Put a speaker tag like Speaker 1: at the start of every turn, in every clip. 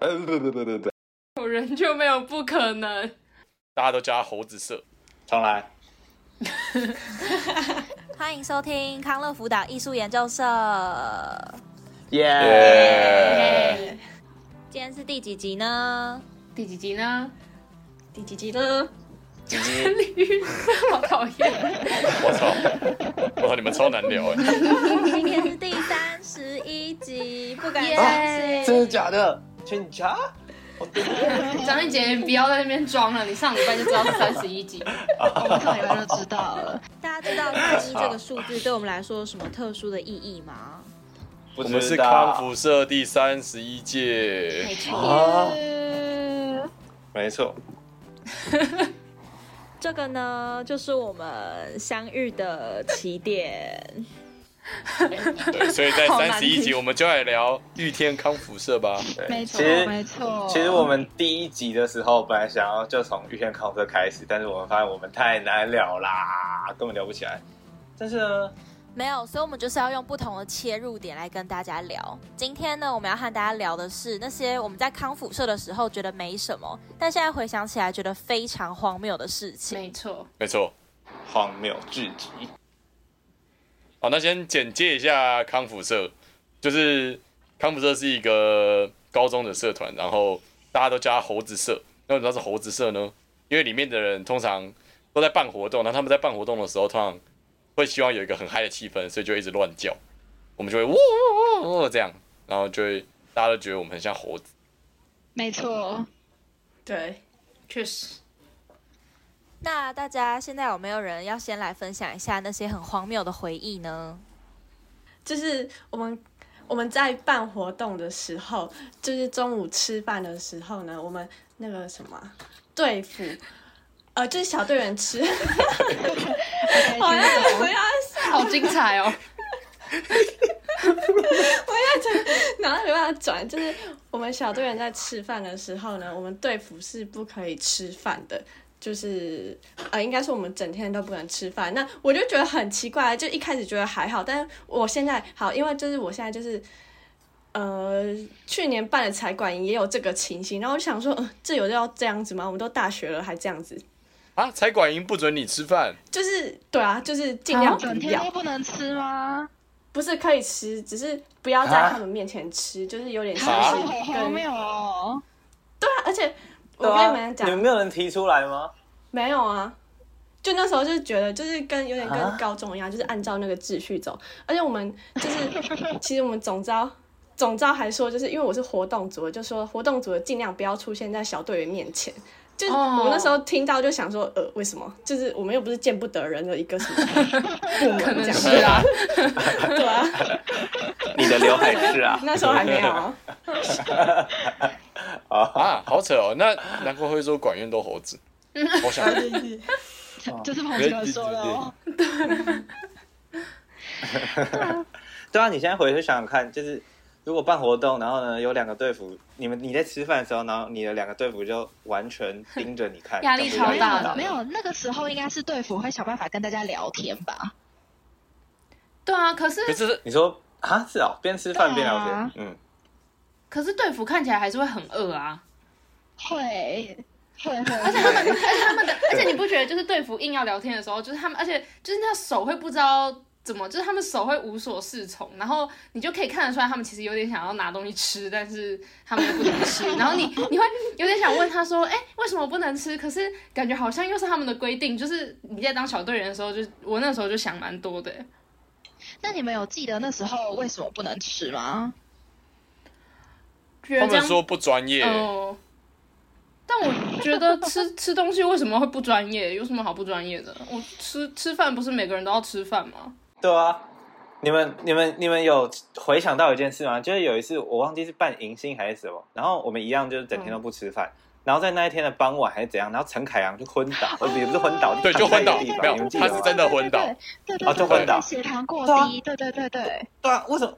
Speaker 1: 呃，对对对对对，
Speaker 2: 有人就没有不可能。
Speaker 3: 大家都叫他猴子社。
Speaker 1: 重来。
Speaker 4: 欢迎收听康乐辅导艺术研究社。
Speaker 1: 耶、
Speaker 2: 耶
Speaker 4: 今天是第几集呢？
Speaker 2: 第几集呢？
Speaker 4: 第几集呢？
Speaker 3: 鸡鸡，
Speaker 2: 好讨厌！
Speaker 3: 我操！我操，你们超难聊哎。
Speaker 4: 今天是第三十一 集，不敢
Speaker 2: 耶
Speaker 4: 相
Speaker 1: 真
Speaker 4: 信。
Speaker 1: 的假的？真假？
Speaker 2: 张一杰，不要在那边装了，你上礼拜就知道是三十一集。
Speaker 5: 我上礼拜就知道了。
Speaker 4: 大家知道十一这个数字对我们来说有什么特殊的意义吗？
Speaker 1: 我
Speaker 3: 我们是康复社第三十一届，
Speaker 1: 啊，
Speaker 5: 嗯，
Speaker 1: 没错，
Speaker 4: 这个呢，就是我们相遇的起点。
Speaker 3: 对，所以 在
Speaker 2: 好
Speaker 3: 三
Speaker 2: 难
Speaker 3: 十一
Speaker 2: 听
Speaker 3: 集我们就来聊玉天康复社吧。
Speaker 5: 没错
Speaker 1: 其实，
Speaker 5: 没错。
Speaker 1: 其实我们第一集的时候，本来想要就从预先考车开始，但是我们发现我们太难聊啦，根本聊不起来。但是呢，
Speaker 4: 没有，所以我们就是要用不同的切入点来跟大家聊。今天呢，我们要和大家聊的是那些我们在康复社的时候觉得没什么，但现在回想起来觉得非常荒谬的事情。
Speaker 2: 没错，
Speaker 3: 没错。
Speaker 1: 荒谬至极。
Speaker 3: 好，那先简介一下康复社，就是康复社是一个高中的社团，然后大家都叫它猴子社。那你知道是猴子社呢？因为里面的人通常都在办活动，然后他们在办活动的时候，通常会希望有一个很嗨的气氛，所以就一直乱叫，我们就会喔喔喔喔这样，然后就会大家都觉得我们很像猴子。
Speaker 5: 没错，
Speaker 2: 对，确实。
Speaker 4: 那大家现在有没有人要先来分享一下那些很荒谬的回忆呢？
Speaker 6: 就是我们我们在办活动的时候，就是中午吃饭的时候呢，我们那个什么啊队服，呃，就是小队员吃，
Speaker 5: 好像
Speaker 6: 我要
Speaker 2: 好精彩哦！
Speaker 6: 然后没办法转，就是我们小队员在吃饭的时候呢，我们队服是不可以吃饭的。就是呃，应该说我们整天都不能吃饭。那我就觉得很奇怪，就一开始觉得还好，但是我现在好，因为就是我现在就是呃，去年办的财管营也有这个情形，然后我想说，呃，这有要这样子吗？我们都大学了还这样子，
Speaker 3: 啊，财管营不准你吃饭，
Speaker 6: 就是对啊，就是尽量不
Speaker 5: 整天
Speaker 6: 要
Speaker 5: 都，不能吃吗？
Speaker 6: 不是可以吃，只是不要在他们面前吃，就是有点像
Speaker 3: 啊
Speaker 6: 是
Speaker 5: 好
Speaker 6: 跟
Speaker 5: 荒谬哦！
Speaker 6: 而且我
Speaker 1: 对
Speaker 6: 跟
Speaker 1: 啊
Speaker 6: 你们讲，
Speaker 1: 们没有人提出来吗？
Speaker 6: 没有啊，就那时候就是觉得就是跟有点
Speaker 1: 啊
Speaker 6: 跟高中一样，就是按照那个秩序走。而且我们就是其实我们总招总招还说，就是因为我是活动组的，就说活动组的尽量不要出现在小队员面前。就是
Speaker 2: 哦
Speaker 6: 我那时候听到就想说，呃，为什么？就是我们又不是见不得人的一个什么，
Speaker 2: 可能是啊，
Speaker 6: 对啊，
Speaker 1: 你的刘海是啊
Speaker 6: 那时候还没有啊。
Speaker 3: 啊，好扯哦！那难怪会说管院都猴子，好想哦
Speaker 5: 就是朋友说的哦。
Speaker 1: 对啊，你现在回去想想看，就是如果办活动，然后呢有两个队服，你们你在吃饭的时候，然后你的两个队服就完全盯着你看，
Speaker 2: 压力
Speaker 1: 这样
Speaker 2: 超
Speaker 1: 不是
Speaker 2: 大
Speaker 1: 压力
Speaker 2: 的
Speaker 5: 没有，那个时候应该是队服会想办法跟大家聊天吧？
Speaker 2: 对啊。可是
Speaker 3: 可是
Speaker 1: 你说啊是哦，边吃饭边聊
Speaker 5: 对啊
Speaker 1: 天，嗯，
Speaker 2: 可是队服看起来还是会很饿啊，
Speaker 5: 会会会，
Speaker 2: 而且他们，而且他们的，而且你不觉得就是队服硬要聊天的时候，就是他们，而且就是那手会不知道怎么，就是他们手会无所适从，然后你就可以看得出来他们其实有点想要拿东西吃，但是他们又不能吃，然后你你会有点想问他说，哎、为什么不能吃？可是感觉好像又是他们的规定，就是你在当小队员的时候就，我那时候就想蛮多的、
Speaker 5: 那你们有记得那时候为什么不能吃吗？
Speaker 2: 觉得
Speaker 3: 他
Speaker 2: 这
Speaker 3: 们
Speaker 2: 样
Speaker 3: 说不专业，
Speaker 2: 哦。但我觉得吃吃东西为什么会不专业？有什么好不专业的？我吃吃饭不是每个人都要吃饭吗？
Speaker 1: 对啊。你们、你们、你们有回想到一件事吗？就是有一次我忘记是办迎新还是什么，然后我们一样就是整天都不吃饭，然后在那一天的傍晚还是怎样，然后陈凯阳就昏倒，呃，也不是昏倒，
Speaker 3: 嗯对，就昏倒，
Speaker 1: 躺在
Speaker 3: 没
Speaker 1: 地板你
Speaker 3: 有，
Speaker 1: 们记
Speaker 3: 他
Speaker 1: 得
Speaker 3: 是
Speaker 1: 吗
Speaker 3: 真的昏倒。
Speaker 5: 对对，血糖过低，对对对对，
Speaker 1: 对啊，为什么？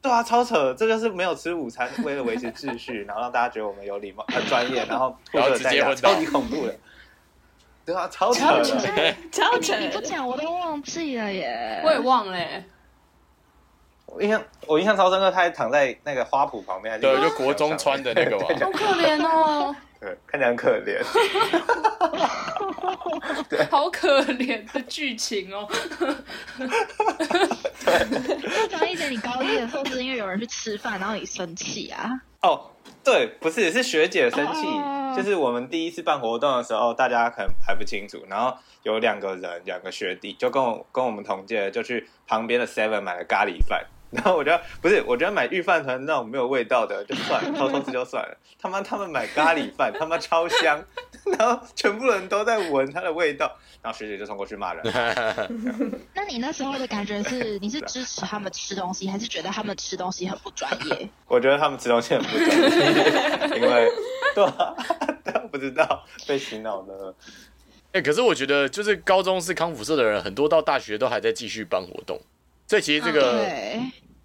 Speaker 1: 对啊，超扯！这就是没有吃午餐，为了维持秩序，然后让大家觉得我们有礼貌、很专业，然后
Speaker 3: 然后
Speaker 1: 不可
Speaker 3: 直接
Speaker 1: 再
Speaker 3: 昏
Speaker 1: 讲
Speaker 3: 倒
Speaker 1: 超级恐怖的。对啊，超扯的！
Speaker 6: 超扯
Speaker 5: 你不讲我都忘记了耶。
Speaker 2: 我也忘了欸、
Speaker 1: 我印象我印象超深刻，他还躺在那个花圃旁边，还是
Speaker 3: 对，就国中穿的那个嘛，
Speaker 2: 好可怜哦，
Speaker 1: 对，看起来很可怜。
Speaker 2: 好可怜的剧情哦。
Speaker 5: 就想一姐，你高一的时候是因为有人去吃饭，然后你生气啊？
Speaker 1: 哦，对，不是是学姐生气
Speaker 5: 哦
Speaker 1: 就是我们第一次办活动的时候，大家可能还不清楚，然后有两个人，两个学弟就跟我跟我们同届的，就去旁边的 Seven 买了咖喱饭。然后我觉得不是，我觉得买预饭团那种没有味道的就算了，偷偷吃就算了。他妈他们买咖喱饭，他妈超香，然后全部人都在闻它的味道，然后学姐就冲过去骂人。
Speaker 5: 那你那时候的感觉是，你是支持他们吃东西，还是觉得他们吃东西很不专 业？
Speaker 1: 我觉得他们吃东西很不专业，因为对啊， 对啊不知道被洗脑的。
Speaker 3: 哎、可是我觉得，就是高中是康复社的人，很多到大学都还在继续办活动，所以其实这
Speaker 1: 呃
Speaker 3: 个、
Speaker 5: 对，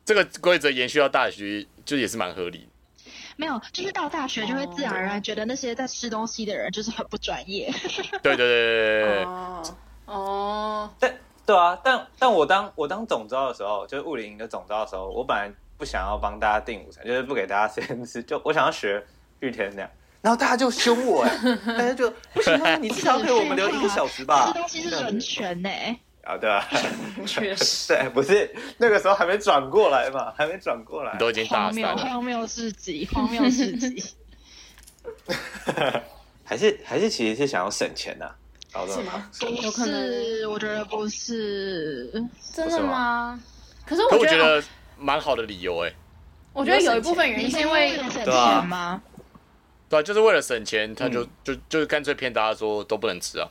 Speaker 3: 这个规则延续到大学，就也是蛮合理的。
Speaker 5: 没有，就是到大学就会自然
Speaker 1: 哦
Speaker 5: 而然觉得那些在吃东西的人就是很不专业。
Speaker 3: 对对对对对对，
Speaker 6: 哦，
Speaker 2: 哦，
Speaker 1: 但对啊，但但我当我当总招的时候，就是物理营的总招的时候，我本来不想要帮大家订午餐，就是不给大家先吃，就我想要学玉田那样。然后大家就凶我哎、大家就不行啊，你至少给我们留一个小时吧
Speaker 5: 吃。东西是人权呢、
Speaker 1: 啊，对啊，
Speaker 2: 确实，
Speaker 1: 对，不是那个时候还没转过来嘛，还没转过来
Speaker 3: 你。都已经大
Speaker 5: 荒
Speaker 3: 三
Speaker 5: 谬，
Speaker 3: 了，
Speaker 5: 荒谬至极，荒谬至极。
Speaker 1: 还是还是其实是想要省钱呐、啊，搞这
Speaker 6: 是
Speaker 1: 种
Speaker 6: 吗？
Speaker 2: 有可能
Speaker 5: 是，我觉得不是。
Speaker 2: 真
Speaker 1: 不是
Speaker 2: 的
Speaker 1: 吗
Speaker 2: 吗？可是
Speaker 3: 可
Speaker 2: 我
Speaker 3: 我
Speaker 2: 觉
Speaker 3: 觉
Speaker 2: 得，
Speaker 3: 得蛮好的理由哎、
Speaker 2: 我觉得有一部分原因是因为
Speaker 5: 为了省
Speaker 1: 对啊
Speaker 5: 钱吗？
Speaker 3: 对、啊，就是为了省钱，他就、就就干脆骗大家说都不能吃啊。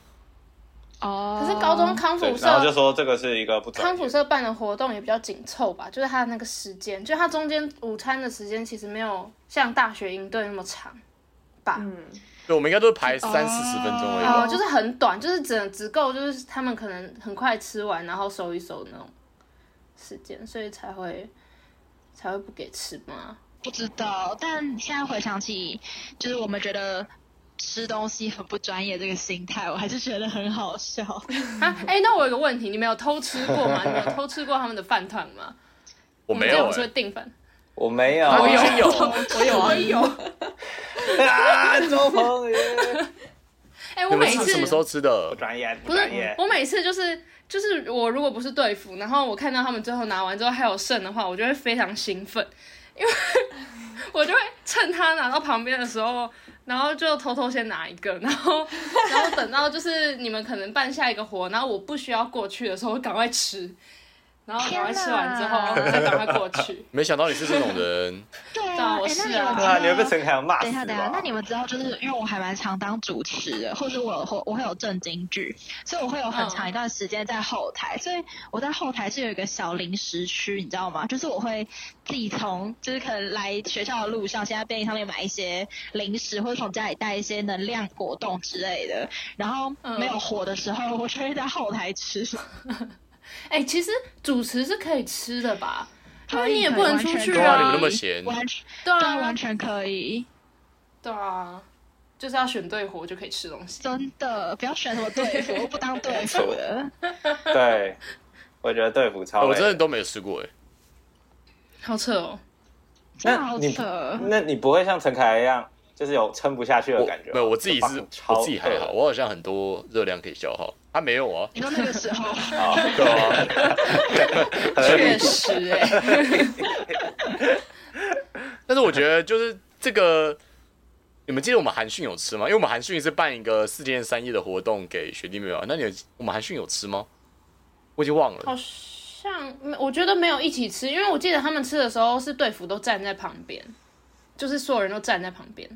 Speaker 5: 哦
Speaker 2: 可是高中康
Speaker 1: 对
Speaker 2: 复，
Speaker 1: 然后就
Speaker 2: 社
Speaker 1: 说这个是一个不专
Speaker 2: 康
Speaker 1: 业
Speaker 2: 复社办的活动也比较紧凑吧，就是它的那个时间，就它中间午餐的时间其实没有像大学营队那么长吧。
Speaker 6: 嗯，
Speaker 3: 对，我们应该都是排三四十分钟而已
Speaker 2: 哦、
Speaker 3: 吧。
Speaker 2: 就是很短，就是只只够，就是他们可能很快吃完，然后收一收那种时间，所以才会才会不给吃嘛。啊
Speaker 5: 不知道，但现在回想起，就是我们觉得吃东西很不专业这个心态，我还是觉得很好笑。
Speaker 2: 啊，哎、那我有个问题，你们有偷吃过吗？你们有偷吃过他们的饭团吗？我
Speaker 3: 我没
Speaker 2: 们这
Speaker 3: 有
Speaker 2: 种是
Speaker 3: 哎、
Speaker 2: 会订饭，
Speaker 1: 我没有，
Speaker 3: 我
Speaker 2: 有
Speaker 3: 有，
Speaker 6: 我有
Speaker 2: 我，
Speaker 6: 啊
Speaker 2: 有。
Speaker 1: 啊，周鹏宇，
Speaker 2: 哎、我
Speaker 3: 你们
Speaker 2: 每一
Speaker 3: 是
Speaker 2: 次
Speaker 3: 什么时候吃
Speaker 1: 不
Speaker 3: 的？
Speaker 1: 专业，不
Speaker 2: 不是
Speaker 1: 专业，
Speaker 2: 我每次就是就是我如果不是队服，然后我看到他们最后拿完之后还有剩的话，我就会非常兴奋，因为我就会趁他拿到旁边的时候，然后就偷偷先拿一个，然后然后等到就是你们可能办下一个活，然后我不需要过去的时候，我赶快吃。然后赶快吃完之后，然后再赶快过去。
Speaker 3: 没想到你是这种人，
Speaker 5: 对
Speaker 2: 啊我
Speaker 5: 哎
Speaker 2: 是
Speaker 5: 那
Speaker 1: 对
Speaker 2: 啊
Speaker 5: 你们
Speaker 1: 啊，
Speaker 5: 知道
Speaker 1: 你会被陈凯阳骂死
Speaker 5: 等一下，等一啊下，那
Speaker 1: 吧？
Speaker 5: 你们知道，就是因为我还蛮常当主持人，或者我我我会有正经剧，所以我会有很
Speaker 2: 嗯
Speaker 5: 长一段时间在后台，所以我在后台是有一个小零食区，你知道吗？就是我会自己从就是可能来学校的路上，现在便利商店买一些零食，或者从家里带一些能量果冻之类的，然后
Speaker 2: 嗯
Speaker 5: 没有火的时候，我就会在后台 吃。
Speaker 2: 哎、其实主食是可以吃的吧？因
Speaker 5: 可
Speaker 2: 为
Speaker 5: 以
Speaker 2: 你也
Speaker 5: 可以
Speaker 2: 不能
Speaker 5: 完
Speaker 2: 出
Speaker 5: 全
Speaker 2: 去
Speaker 5: 可
Speaker 3: 对
Speaker 5: 以
Speaker 3: 啊，
Speaker 2: 啊。
Speaker 3: 你们那么闲，
Speaker 5: 完全
Speaker 2: 对
Speaker 5: 对，完
Speaker 2: 啊，
Speaker 5: 全可以，
Speaker 2: 对啊，就是要选对活就可以吃东西。
Speaker 5: 真的不要选什么队服，我不当 队服的。
Speaker 1: 对，我觉得队服超累。
Speaker 3: 我真的都没有吃过哎、
Speaker 2: 好扯哦。
Speaker 5: 真的
Speaker 1: 那
Speaker 5: 好
Speaker 1: 你
Speaker 5: 扯。
Speaker 1: 那你不会像陈凯阳一样，就是有撑不下去的
Speaker 3: 我
Speaker 1: 感觉吗？啊
Speaker 3: 没有，我自己
Speaker 1: 就把
Speaker 3: 是
Speaker 1: 你超
Speaker 3: 我自己还好，
Speaker 1: 饿
Speaker 3: 我好像很多热量可以消耗，他没有啊，
Speaker 5: 你说那个时 候，
Speaker 1: 啊，
Speaker 3: 对 啊，
Speaker 2: 确实、哎，
Speaker 3: 但是我觉得就是这个，你们记得我们韩训有吃吗？因为我们韩训是办一个四天三夜的活动给学弟妹啊，那你有我们韩训有吃吗？我已经忘了，
Speaker 2: 好像没我觉得没有一起吃，因为我记得他们吃的时候是队服都站在旁边，就是所有人都站在旁边。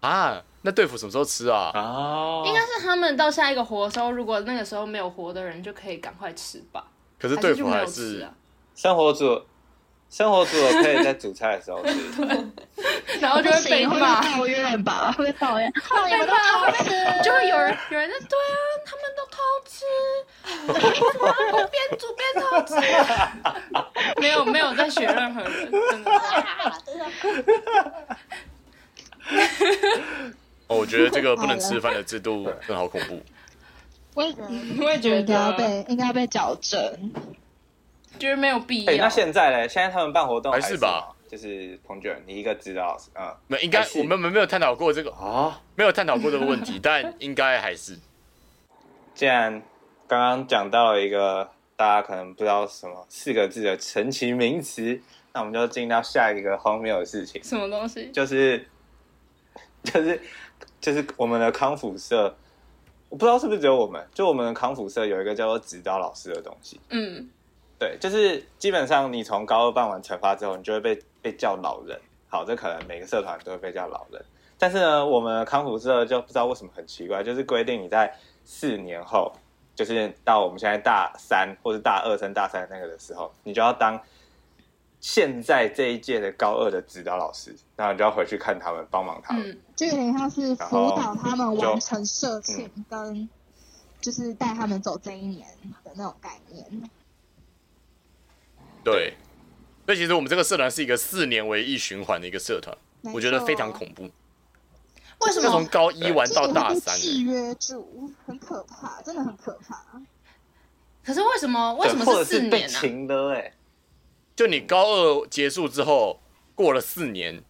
Speaker 3: 啊，那队服什么时候吃啊？
Speaker 1: 哦，
Speaker 2: 应该是他们到下一个活的时候，如果那个时候没有活的人，就可以赶快吃吧。
Speaker 3: 可
Speaker 2: 还
Speaker 3: 是队
Speaker 2: 就
Speaker 3: 服
Speaker 2: 没有
Speaker 3: 还
Speaker 2: 吃
Speaker 3: 是
Speaker 2: 啊，
Speaker 1: 生活组，生活组可以在煮菜的时候吃，
Speaker 2: 然后就会被
Speaker 5: 不行
Speaker 2: 骂
Speaker 5: 会，抱怨吧，会抱怨。哦，你们都偷吃，
Speaker 2: 就会有人有人在对啊，他们都偷吃，我边煮边偷吃，没有没有在学任何人，真的。
Speaker 3: 哦，我觉得这个 不能吃饭的制度真的好恐怖。
Speaker 5: 我
Speaker 2: 我也觉
Speaker 5: 应该要
Speaker 2: 得
Speaker 5: 被应该要被矫正。
Speaker 2: 觉得没有必
Speaker 1: 哎、
Speaker 2: 要
Speaker 1: 那。现在嘞？现在他们办活动
Speaker 3: 还
Speaker 1: 是
Speaker 3: 是吧
Speaker 1: 吗？就是彭娟，你一个指导老师，嗯，
Speaker 3: 没应该
Speaker 1: 还是
Speaker 3: 我们我们没有探讨过这个，
Speaker 1: 哦，
Speaker 3: 没有探讨过这个问题，但应该还是
Speaker 1: 既然刚刚讲到了一个大家可能不知道什么四个字的神奇名词，那我们就进到下一个荒谬的事情，
Speaker 2: 什么东西？
Speaker 1: 就是就是就是我们的康复社，我不知道是不是只有我们，就我们的康复社有一个叫做指导老师的东西。
Speaker 2: 嗯，
Speaker 1: 对，就是基本上你从高二办完惩罚之后，你就会被被叫老人。好，这可能每个社团都会被叫老人，但是呢，我们康复社就不知道为什么很奇怪，就是规定你在四年后，就是到我们现在大三或是大二升大三那个的时候，你就要当现在这一届的高二的指导老师，然后你就要回去看他们，帮忙他们。
Speaker 2: 嗯
Speaker 5: 就有点像是
Speaker 1: 然
Speaker 5: 辅
Speaker 1: 后
Speaker 5: 导他们
Speaker 1: 就
Speaker 5: 完成社庆跟。就是带他们走这一年的那种概念，
Speaker 3: 对。所以其实我们这个社团是一个四年为一循环的一个社团，
Speaker 5: 没
Speaker 3: 我觉得非常
Speaker 5: 错
Speaker 3: 恐怖。
Speaker 2: 为什
Speaker 3: 就从
Speaker 2: 么？
Speaker 3: 高一玩到大
Speaker 5: 就是
Speaker 3: 三
Speaker 5: 被，制约住，很可怕，真的很可怕。
Speaker 2: 可是为什么？为什么
Speaker 1: 对或者
Speaker 2: 四
Speaker 1: 是被
Speaker 2: 年啊？
Speaker 1: 擒的哎、
Speaker 3: 就你高二结束之后，过了四年，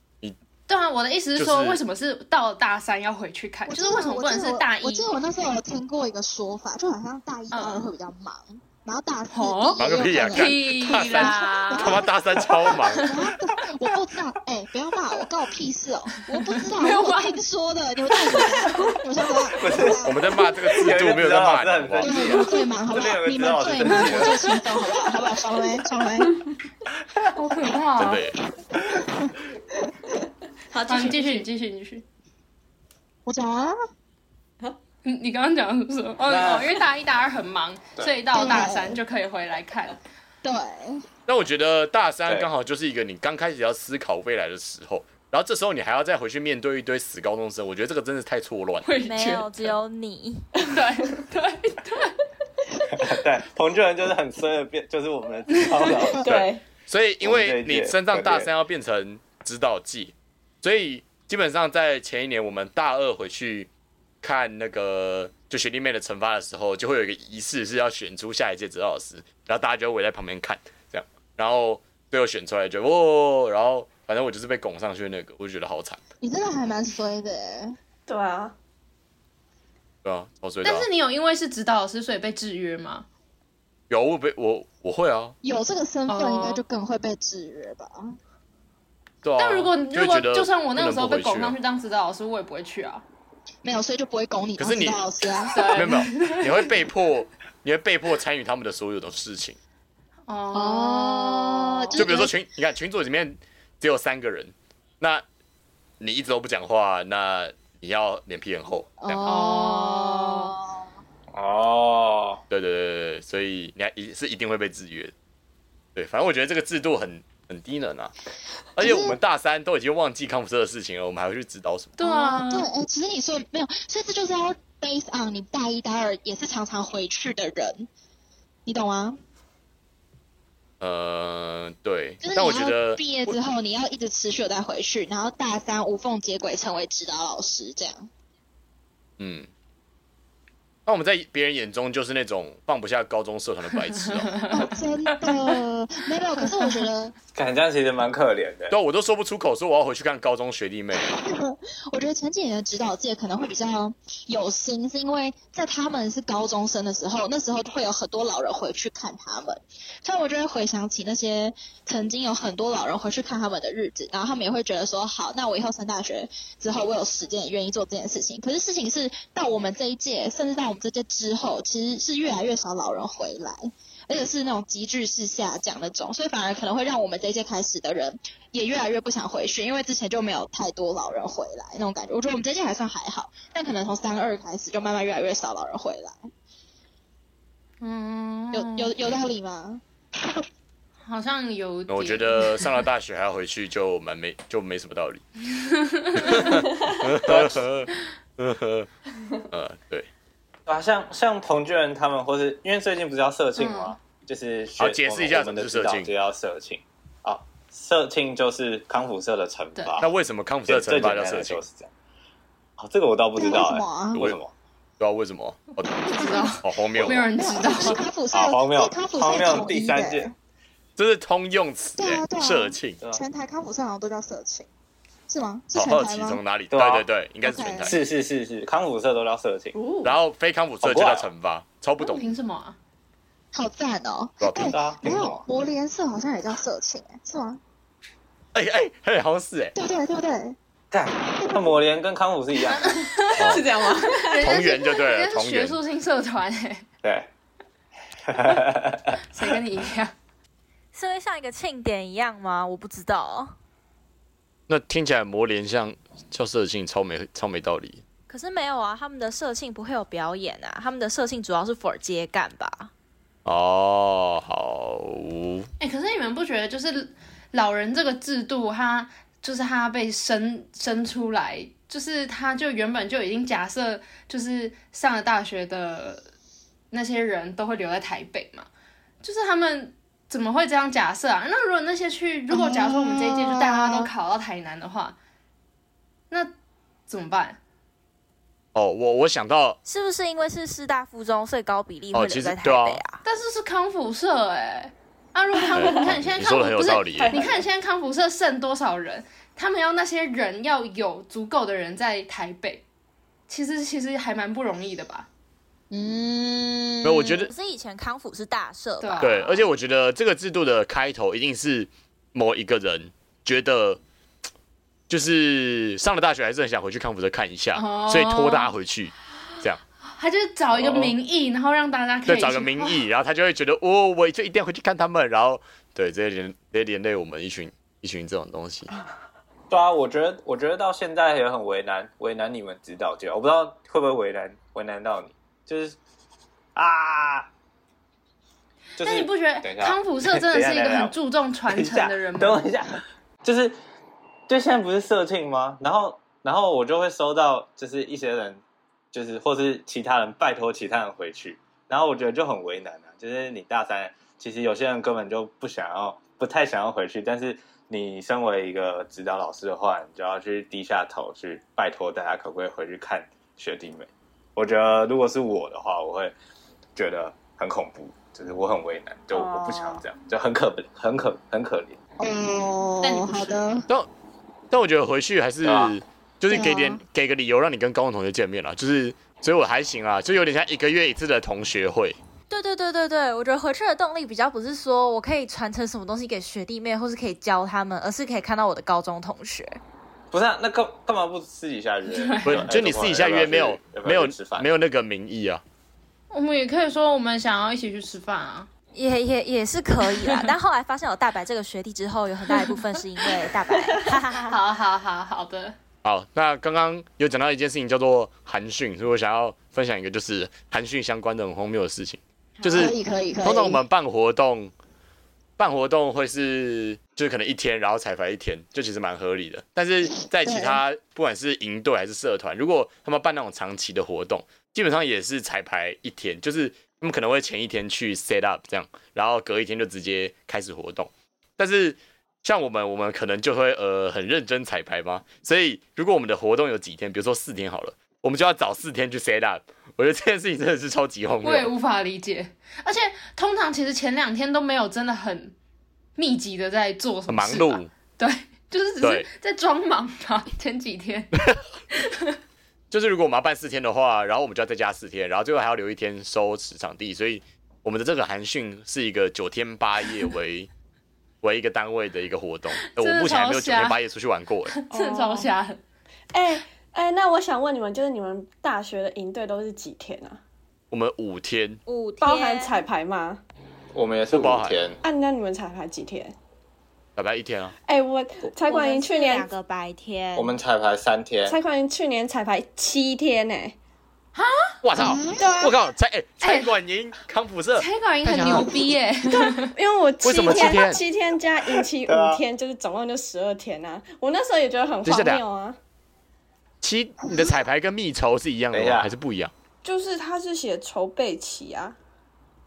Speaker 2: 对啊，我的意思是说，
Speaker 3: 就是
Speaker 2: 为什么是到了大三要回去看？
Speaker 5: 我
Speaker 2: 就
Speaker 5: 记
Speaker 2: 是
Speaker 5: 得
Speaker 2: 为什么不能是大一
Speaker 5: 我？记得我那时候有听过一个说法，就好像大一、大二会比较忙，然后大四
Speaker 2: 哦
Speaker 5: 毕
Speaker 3: 忙
Speaker 5: 业
Speaker 3: 个屁呀
Speaker 5: 又可能
Speaker 2: 屁
Speaker 3: 他
Speaker 2: 啦！
Speaker 3: 妈大三超忙，
Speaker 5: 我不知道，哎、不要骂我，关我屁事哦！我不知道，
Speaker 2: 没有
Speaker 5: 我
Speaker 2: 骂
Speaker 5: 听说的，你们到底怎么样？你们想怎么样？
Speaker 1: 不是
Speaker 5: 对
Speaker 3: 我们在骂这个制度，没有在骂你，好不好
Speaker 5: 对你们最忙，好不好？你们最忙，我最心动，好不好？好不好？小薇，小薇，
Speaker 2: 好可怕
Speaker 3: 真
Speaker 2: 啊
Speaker 3: 的！耶。
Speaker 6: 好，
Speaker 2: 好，你继
Speaker 6: 继
Speaker 2: 续，
Speaker 6: 续
Speaker 2: 你继续，你继续。
Speaker 5: 我讲完了。
Speaker 2: 你你刚刚讲的是什么？哦
Speaker 1: 那
Speaker 2: 哦，因为大一大二很忙，
Speaker 1: 对
Speaker 2: 所以到大
Speaker 5: 哦
Speaker 2: 三就可以回来看。
Speaker 5: 对，
Speaker 3: 那我觉得大三
Speaker 1: 对
Speaker 3: 刚好就是一个你刚开始要思考未来的时候，然后这时候你还要再回去面对一堆死高中生，我觉得这个真的太错乱。
Speaker 2: 会
Speaker 4: 没
Speaker 2: 觉
Speaker 4: 有，
Speaker 2: 得
Speaker 4: 只有你。
Speaker 2: 对对
Speaker 1: 对，彭俊仁就是很衰的变，就是我们的指导老 师。
Speaker 6: 对，
Speaker 3: 所以因为你升上大
Speaker 1: 我们这一届
Speaker 3: 三要变成指导季，所以基本上在前一年我们大二回去看那个就学弟妹的惩罚的时候，就会有一个仪式是要选出下一届指导老师，然后大家就围在旁边看这样，然后最后选出来就哦，然后反正我就是被拱上去的那个，我就觉得好惨，
Speaker 5: 你真的还蛮衰的耶。
Speaker 6: 对啊，
Speaker 3: 对啊，超衰的啊、
Speaker 2: 但是你有因为是指导老师，所以被制约吗？
Speaker 3: 有我被我我会啊，
Speaker 5: 有这个身份，
Speaker 2: 哦
Speaker 5: 应该就更会被制约吧？
Speaker 3: 对啊。
Speaker 2: 但如果
Speaker 3: 就
Speaker 2: 如
Speaker 3: 会
Speaker 2: 果
Speaker 3: 觉得
Speaker 2: 就算我那个时候被
Speaker 3: 不啊
Speaker 2: 拱
Speaker 3: 能
Speaker 2: 上
Speaker 3: 不回
Speaker 2: 去当指导老师，我也不会去啊。
Speaker 5: 没有，所以就不会拱你
Speaker 3: 可
Speaker 5: 当
Speaker 3: 是你
Speaker 5: 指导老师啊。
Speaker 2: 对，
Speaker 3: 去啊，没有没有，你会被迫，你会被迫参与他们的所有的事情。
Speaker 5: 哦
Speaker 2: 就
Speaker 3: 就比如说群，你看群组里面只有三个人，那你一直都不讲话，那你要脸皮很厚。这样
Speaker 5: 哦，
Speaker 1: 哦，
Speaker 3: 对对对对对，所以你还一是一定会被制约的。对，反正我觉得这个制度很很低能啊，而且我们大三都已经忘记康复社的事情了，我们还会去指导什么？
Speaker 2: 对啊，
Speaker 5: 对，哎、其实你说没有，所以这就是要 based on 你大一、大二也是常常回去的人，你懂吗？
Speaker 3: 呃，对
Speaker 5: 就是，
Speaker 3: 但我
Speaker 5: 你
Speaker 3: 觉
Speaker 5: 要
Speaker 3: 得
Speaker 5: 毕业之后，你要一直持续有再回去，然后大三无缝接轨成为指导老师，这样
Speaker 3: 嗯，那我们在别人眼中就是那种放不下高中社团的白 痴哦、
Speaker 5: 哦，真的没有。可是我觉得，
Speaker 1: 感觉这样其实蛮可怜的。
Speaker 3: 对啊，我都说不出口，说我要回去看高中学弟妹。
Speaker 5: 我觉得前几年的指导界可能会比较有心，是因为在他们是高中生的时候，那时候会有很多老人回去看他们，所以我就会回想起那些曾经有很多老人回去看他们的日子，然后他们也会觉得说，好，那我以后升大学之后，我有时间也愿意做这件事情。可是事情是到我们这一届，甚至到我们这届之后，其实是越来越少老人回来。而且是那种急剧式下降那种，所以反而可能会让我们这一届开始的人也越来越不想回去，因为之前就没有太多老人回来那种感觉。我觉得我们这一届还算还好，但可能从三二开始就慢慢越来越少老人回来，
Speaker 2: 嗯，
Speaker 5: 有有有道理吗？
Speaker 2: 好像有
Speaker 3: 那我觉
Speaker 2: 点
Speaker 3: 得上了大学还要回去就蛮没就没什么 道理。呃，对，
Speaker 1: 啊，像像彭俊仁他们，或是因为最近不是要社庆
Speaker 5: 嗯
Speaker 1: 吗？就是学
Speaker 3: 好哦解释一下
Speaker 1: 我们我们的
Speaker 3: 什么是社
Speaker 1: 指
Speaker 3: 庆
Speaker 1: 导就要社庆啊，社庆就是康复社的惩
Speaker 2: 对
Speaker 1: 罚。
Speaker 3: 那为什么康复社
Speaker 1: 最简
Speaker 3: 惩
Speaker 1: 单
Speaker 3: 罚
Speaker 1: 的
Speaker 3: 叫社
Speaker 1: 就
Speaker 3: 情？
Speaker 1: 是这样。哦，这个我倒不知道
Speaker 5: 为什么啊
Speaker 1: 哎，为什么？
Speaker 3: 对啊，为什么？好
Speaker 2: 不知道，
Speaker 3: 好荒谬
Speaker 2: 没有
Speaker 3: 哦！
Speaker 2: 人知道。
Speaker 5: 是康复社，
Speaker 1: 啊好荒谬
Speaker 5: 是康复
Speaker 1: 荒
Speaker 5: 社
Speaker 1: 谬
Speaker 5: 统一
Speaker 1: 第三届
Speaker 3: 啊
Speaker 5: 的，
Speaker 3: 这是通用词
Speaker 5: 对
Speaker 3: 哎
Speaker 5: 啊对，啊
Speaker 3: 社庆。
Speaker 1: 对吧
Speaker 5: 全台康复社好像都叫社情，是吗？是
Speaker 3: 好
Speaker 5: 全
Speaker 3: 好
Speaker 5: 台
Speaker 3: 奇
Speaker 5: 吗
Speaker 3: 从？哪里？对
Speaker 1: 对啊
Speaker 3: 对对，应该是全台。
Speaker 1: 是是是是，康复社都叫色情，
Speaker 6: 哦
Speaker 3: 然后非康复社就叫惩罚，超不
Speaker 2: 不
Speaker 3: 懂。
Speaker 2: 凭什么 啊？
Speaker 5: 好赞哦！
Speaker 3: 不好听
Speaker 5: 哎
Speaker 1: 对啊，
Speaker 5: 没
Speaker 1: 凭什
Speaker 5: 有
Speaker 1: 么？
Speaker 5: 魔联社好像也叫社情，哎，是吗？哦
Speaker 3: 哎哎哎，好像是哎，
Speaker 5: 对不对？对不对？
Speaker 1: 干，那魔联跟康复是一样 的，
Speaker 6: 是这样吗？
Speaker 2: 人家
Speaker 3: 同源就对了
Speaker 2: 人家是
Speaker 3: 同
Speaker 2: 学
Speaker 3: 源
Speaker 2: 术性社团哎，
Speaker 1: 对，
Speaker 2: 谁跟你一样？
Speaker 4: 是会像一个庆典一样吗？我不知道。
Speaker 3: 那听起来魔联像叫社庆，超没超没道理。
Speaker 4: 可是没有啊，他们的社庆不会有表演啊，他们的社庆主要是 for 接干吧？
Speaker 3: 哦，好，
Speaker 2: 哎、可是你们不觉得就是老人这个制度，它就是它被生生出来，就是它就原本就已经假设，就是上了大学的那些人都会留在台北嘛，就是他们。怎么会这样假设啊？那如果那些去，如果假如说我们这一届就大家都考到台南的话，那怎么办？
Speaker 3: 哦，我我想到，
Speaker 4: 是不是因为是师大附中，所以高比例
Speaker 3: 哦
Speaker 4: 会
Speaker 3: 其实
Speaker 4: 留在台
Speaker 3: 对啊
Speaker 4: 北啊？
Speaker 2: 但是是康复社哎、啊，如果康复，
Speaker 3: 对
Speaker 2: 你看你
Speaker 1: 嗯
Speaker 2: 现在
Speaker 3: 你
Speaker 2: 康复
Speaker 3: 说的很有
Speaker 2: 不是
Speaker 3: 道理欸耶。
Speaker 2: 你看现在康复社剩多少人？他们要那些人要有足够的人在台北，其实其实还蛮不容易的吧？
Speaker 5: 嗯，
Speaker 3: 没有，我觉得
Speaker 4: 可是以前康复是大社
Speaker 2: 对
Speaker 4: 吧？
Speaker 2: 啊，
Speaker 3: 对，而且我觉得这个制度的开头一定是某一个人觉得，就是上了大学还是很想回去康复社看一下，
Speaker 2: 哦
Speaker 3: 所以拖大家回去，
Speaker 2: 他就是找一个名
Speaker 1: 哦
Speaker 2: 义，然后让大家可
Speaker 3: 再
Speaker 2: 以
Speaker 3: 找个
Speaker 2: 去
Speaker 3: 名
Speaker 2: 哇
Speaker 3: 义，然后他就会觉得，哦，我就一定要回去看他们，然后对，直接连直接连累我们一群一群这种东西。
Speaker 1: 对啊，我觉得我觉得到现在也很为难，为难你们指导界，我不知道会不会为难为难到你，就是啊，就
Speaker 2: 但
Speaker 1: 是
Speaker 2: 你不觉
Speaker 1: 等一
Speaker 2: 得
Speaker 1: 下啊
Speaker 2: 康复社真的是一个很注重
Speaker 1: 等
Speaker 2: 传
Speaker 1: 一下
Speaker 2: 承的人吗？
Speaker 1: 等我一下，就是就现在不是社庆吗？然后然后我就会收到，就是一些人，就是或是其他人拜托其他人回去，然后我觉得就很为难啊。就是你大三，其实有些人根本就不想要，不太想要回去，但是你身为一个指导老师的话，你就要去低下头去拜托大家可不可以回去看学弟妹。我觉得如果是我的话，我会觉得很恐怖，就是我很为难，就我不想要这样，就很可很可很可怜。
Speaker 2: 但你
Speaker 5: 哦，
Speaker 2: 不是
Speaker 5: 好的，
Speaker 3: 但我觉得回去还是、
Speaker 1: 对啊
Speaker 3: 就是给点、
Speaker 5: 对啊
Speaker 3: 给个理由让你跟高中同学见面了，就是所以我还行啦，就有点像一个月一次的同学会。
Speaker 4: 对对对对对，我觉得回去的动力比较不是说我可以传承什么东西给学弟妹，或是可以教他们，而是可以看到我的高中同学。
Speaker 1: 不是啊，那干干嘛不私底下约？哎
Speaker 3: 不是，就你私底下约没有没有没
Speaker 1: 有
Speaker 3: 有那个名义啊。
Speaker 2: 我们也可以说我们想要一起去吃饭啊。
Speaker 4: 也也也是可以 啦，但后来发现有大白这个学弟之后，有很大一部分是因为大白，哈哈哈哈。
Speaker 2: 好好好好的，
Speaker 3: 好，那刚刚有讲到一件事情叫做寒训，所以我想要分享一个就是寒训相关的很荒谬的事情，就是
Speaker 5: 可以可以可以。
Speaker 3: 通常我们办活动，办活动会是就是可能一天，然后彩排一天，就其实蛮合理的。但是在其他不管是营队还是社团，如果他们办那种长期的活动，基本上也是彩排一天，就是他们可能会前一天去 set up 这样，然后隔一天就直接开始活动。但是像我们，我们可能就会呃很认真彩排嘛，所以如果我们的活动有几天，比如说四天好了，我们就要找四天去 set up。我觉得这件事情真的是超级荒谬
Speaker 2: 我。也无法理解。而且通常其实前两天都没有真的很密集的在做什
Speaker 3: 很
Speaker 2: 么
Speaker 3: 忙
Speaker 2: 事吧
Speaker 3: 碌，
Speaker 2: 对，就是只是
Speaker 3: 对
Speaker 2: 在装忙吧。 前几天，
Speaker 3: 就是如果我们要办四天的话，然后我们就要再加四天，然后最后还要留一天收拾场地，所以我们的这个寒训是一个九天八夜为 为一个单位的一个活动。呃我目前还没有九天八夜出去玩过，哎
Speaker 2: 真的超瞎的。
Speaker 6: 哎、哎、那我想问你们，就是你们大学的营队都是几天啊？
Speaker 3: 我们五天，
Speaker 4: 五天
Speaker 6: 包含彩排吗？
Speaker 1: 我们也是五
Speaker 3: 不包含
Speaker 1: 天，
Speaker 6: 啊，那你们彩排几天？
Speaker 3: 大概一天啊，
Speaker 6: 哎、我彩管营去
Speaker 4: 我们是两
Speaker 6: 年
Speaker 4: 个白天，
Speaker 1: 我们彩排三天，
Speaker 6: 彩管营去年彩排七天呢、
Speaker 3: 我操！
Speaker 2: 嗯
Speaker 3: 我靠，才哎
Speaker 2: 哎
Speaker 3: 才管营康复社，
Speaker 2: 黑管营很牛逼 耶、
Speaker 6: 因为我七
Speaker 3: 为什么七天
Speaker 6: 七天加营期
Speaker 1: 对啊
Speaker 6: 五天，就是总共就十二天啊。我那时候也觉得很
Speaker 3: 等一下
Speaker 6: 荒谬啊，
Speaker 3: 其你的彩排跟密筹是一样的
Speaker 2: 哎
Speaker 1: 等一
Speaker 3: 吗？
Speaker 1: 下
Speaker 3: 还是不一样？
Speaker 6: 就是他是写筹备期啊，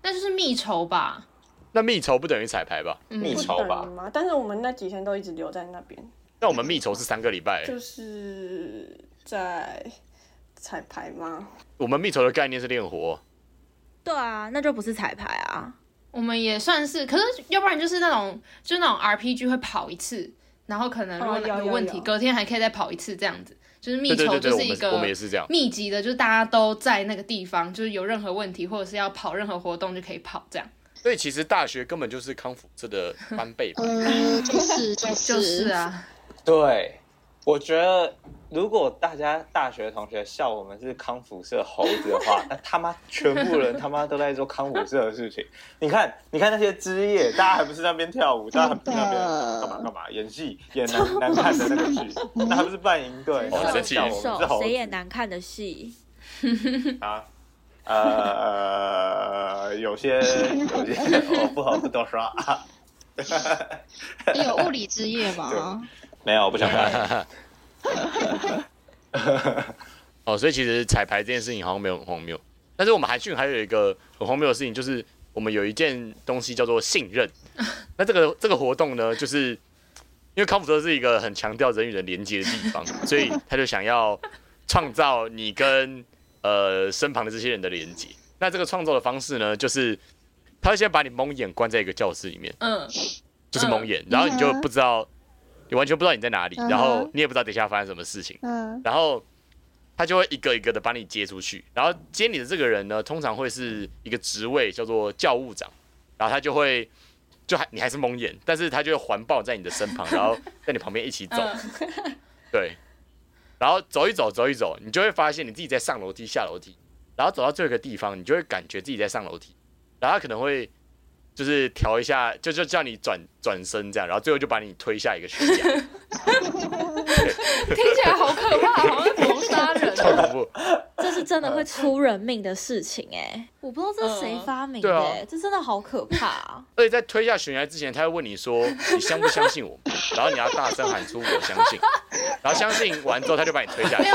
Speaker 2: 那就是密筹吧？
Speaker 3: 那密筹不等于彩排吧？
Speaker 2: 嗯，
Speaker 1: 密
Speaker 6: 不
Speaker 1: 筹吧
Speaker 6: 等于吗？但是我们那几天都一直留在那边，
Speaker 3: 那我们密筹是三个礼拜，哎
Speaker 6: 就是在彩排吗？
Speaker 3: 我们密筹的概念是练活，
Speaker 4: 对啊，那就不是彩排啊。
Speaker 2: 我们也算是，可是要不然就是那种，就是那种 RPG 会跑一次，然后可能如果
Speaker 6: 哦有
Speaker 2: 有
Speaker 6: 有
Speaker 2: 问题，
Speaker 6: 有
Speaker 2: 隔天还可以再跑一次这样子。就是密
Speaker 3: 对对
Speaker 2: 球
Speaker 3: 对对，
Speaker 2: 就
Speaker 3: 我
Speaker 2: 是一
Speaker 3: 们我们也
Speaker 2: 个
Speaker 3: 是这样。
Speaker 2: 密集的，就是大家都在那个地方，就是有任何问题或者是要跑任何活动就可以跑这样。
Speaker 3: 所以其实大学根本就是康复社的翻倍吧。
Speaker 5: 嗯， 就是就是
Speaker 2: 就是啊，
Speaker 1: 对，我觉得如果大家大学同学笑我们是康复社猴子的话，那他妈全部人他妈都在做康复社的事情。你看， 你看那些枝叶，大家还不是在那边跳舞，大家还不是在那 边干嘛干
Speaker 3: 哦
Speaker 1: 嘛演戏，演难难看的那个剧，那还不是扮营队？
Speaker 3: 好
Speaker 1: 他
Speaker 3: 生
Speaker 1: 们
Speaker 3: 气
Speaker 1: 笑我们是猴子
Speaker 4: 手 谁演难看的戏？
Speaker 1: 啊？呃，有些有些我不好不多 说啊，
Speaker 5: 你有物理之夜 吗？
Speaker 1: 没有，我不想看。
Speaker 3: 哦，所以其实彩排这件事情好像没有很荒谬，但是我们韩讯还有一个很荒谬的事情，就是我们有一件东西叫做信任。那这个这个活动呢，就是因为康复社是一个很强调人与人连接的地方，所以他就想要创造你跟呃身旁的这些人的连接。那这个创造的方式呢，就是他会先把你蒙眼关在一个教室里面，
Speaker 2: 嗯，
Speaker 3: 就是蒙眼，然后你就不知道，你完全不知道你在哪里，
Speaker 5: 嗯嗯哼
Speaker 3: 然后你也不知道等一下发生什么事情。
Speaker 5: 嗯，
Speaker 3: 然后他就会一个一个的把你接出去。然后接你的这个人呢，通常会是一个职位叫做教务长，然后他就会就还你还是蒙眼，但是他就会环抱在你的身旁，然后在你旁边一起走，
Speaker 2: 嗯
Speaker 3: 对，然后走一走走一走，你就会发现你自己在上楼梯下楼梯，然后走到最后一个地方，你就会感觉自己在上楼梯，然后他可能会。就是调一下，就就叫你转转身这样，然后最后就把你推下一个悬崖，
Speaker 2: 听起来好可怕，好像在谋杀人
Speaker 3: 超
Speaker 2: 哦。
Speaker 3: 恐怖。
Speaker 4: 这是真的会出人命的事情哎、 我不知道这是谁发明
Speaker 3: 嗯
Speaker 4: 的、
Speaker 3: 对
Speaker 1: 啊
Speaker 4: 欸，这真的好可怕、啊。
Speaker 3: 而且在推下悬崖之前，他会问你 说：“你相不相信我？”然后你要大声喊出“我相信”，然后相信完之后，他就把你推下去，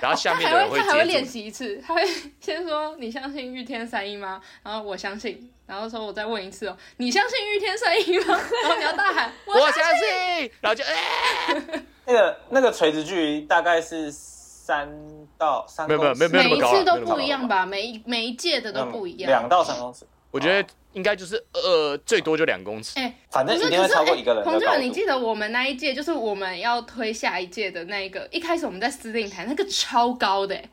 Speaker 3: 然后下面的
Speaker 2: 哎还
Speaker 3: 人
Speaker 2: 会
Speaker 3: 会
Speaker 2: 他还会
Speaker 3: 接
Speaker 2: 练
Speaker 3: 住你。
Speaker 2: 习一次，他会先说你相信玉天三一吗？然后我相信，然后说我再问一次哦，你相信玉天三一 吗？然后你要大喊我
Speaker 3: 我
Speaker 2: 相
Speaker 3: 相信，然后就哎，
Speaker 1: 那个那个垂直距离大概是三到三
Speaker 3: 没有没有
Speaker 1: 公尺
Speaker 3: 没有那
Speaker 2: 每
Speaker 3: 么
Speaker 2: 一
Speaker 3: 高啊
Speaker 2: 次都
Speaker 3: 没有那么
Speaker 2: 不一样吧，每一每一届的都
Speaker 1: 嗯
Speaker 2: 不一样。
Speaker 1: 两到三公尺，
Speaker 3: 我觉得应该就是呃，最多嗯就两公尺。
Speaker 2: 哎，
Speaker 1: 反
Speaker 2: 不
Speaker 1: 正
Speaker 2: 是，
Speaker 1: 一
Speaker 2: 可
Speaker 1: 定会
Speaker 2: 是
Speaker 1: 超过
Speaker 2: 哎
Speaker 1: 一个人的
Speaker 2: 洪
Speaker 1: 高
Speaker 2: 志
Speaker 1: 度。
Speaker 2: 远，你记得我们那一届就是我们要推下一届的那一个，一开始我们在司令台那个超高的，哎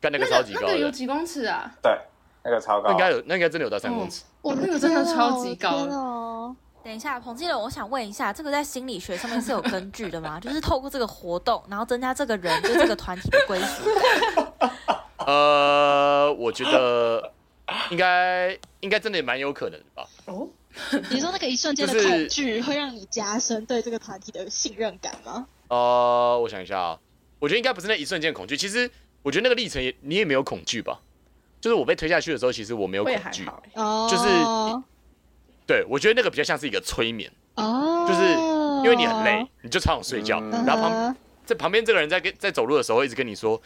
Speaker 3: 干那
Speaker 2: 那
Speaker 3: 个超级高
Speaker 2: 那个有
Speaker 3: 的，
Speaker 2: 几公尺啊？
Speaker 1: 对，那个超
Speaker 3: 那
Speaker 1: 高，
Speaker 3: 应该有，那应该真的有到三公尺。
Speaker 5: 我
Speaker 2: 哦那个真的超级高
Speaker 5: 天哦！
Speaker 4: 等一下，彭继伦，我想问一下，这个在心理学上面是有根据的吗？ 就是透过这个活动，然后增加这个人对这个团体的归属感。
Speaker 2: 哦
Speaker 3: 呃，我觉得应该应该真的也蛮有可能的吧。
Speaker 6: 哦，
Speaker 5: 你说那个一瞬间的
Speaker 3: 就是
Speaker 5: 恐惧会让你加深对这个团体的信任感吗？
Speaker 3: 呃，我想一下啊，我觉得应该不是那一瞬间的恐惧，其实我觉得那个历程也你也没有恐惧吧。就是我被推下去的时候，其实我没有
Speaker 6: 我
Speaker 3: 恐
Speaker 6: 也还
Speaker 3: 惧，
Speaker 6: 好欸。
Speaker 5: 哦，
Speaker 3: 就是对，我觉得那个比较像是一个催眠，
Speaker 5: 哦，
Speaker 3: 就是因为你很
Speaker 2: 哦
Speaker 3: 累，你就超想睡觉，
Speaker 1: 嗯
Speaker 3: 然后旁
Speaker 5: 嗯哼
Speaker 3: 在旁边这个人在跟在走路的时候会一直跟你说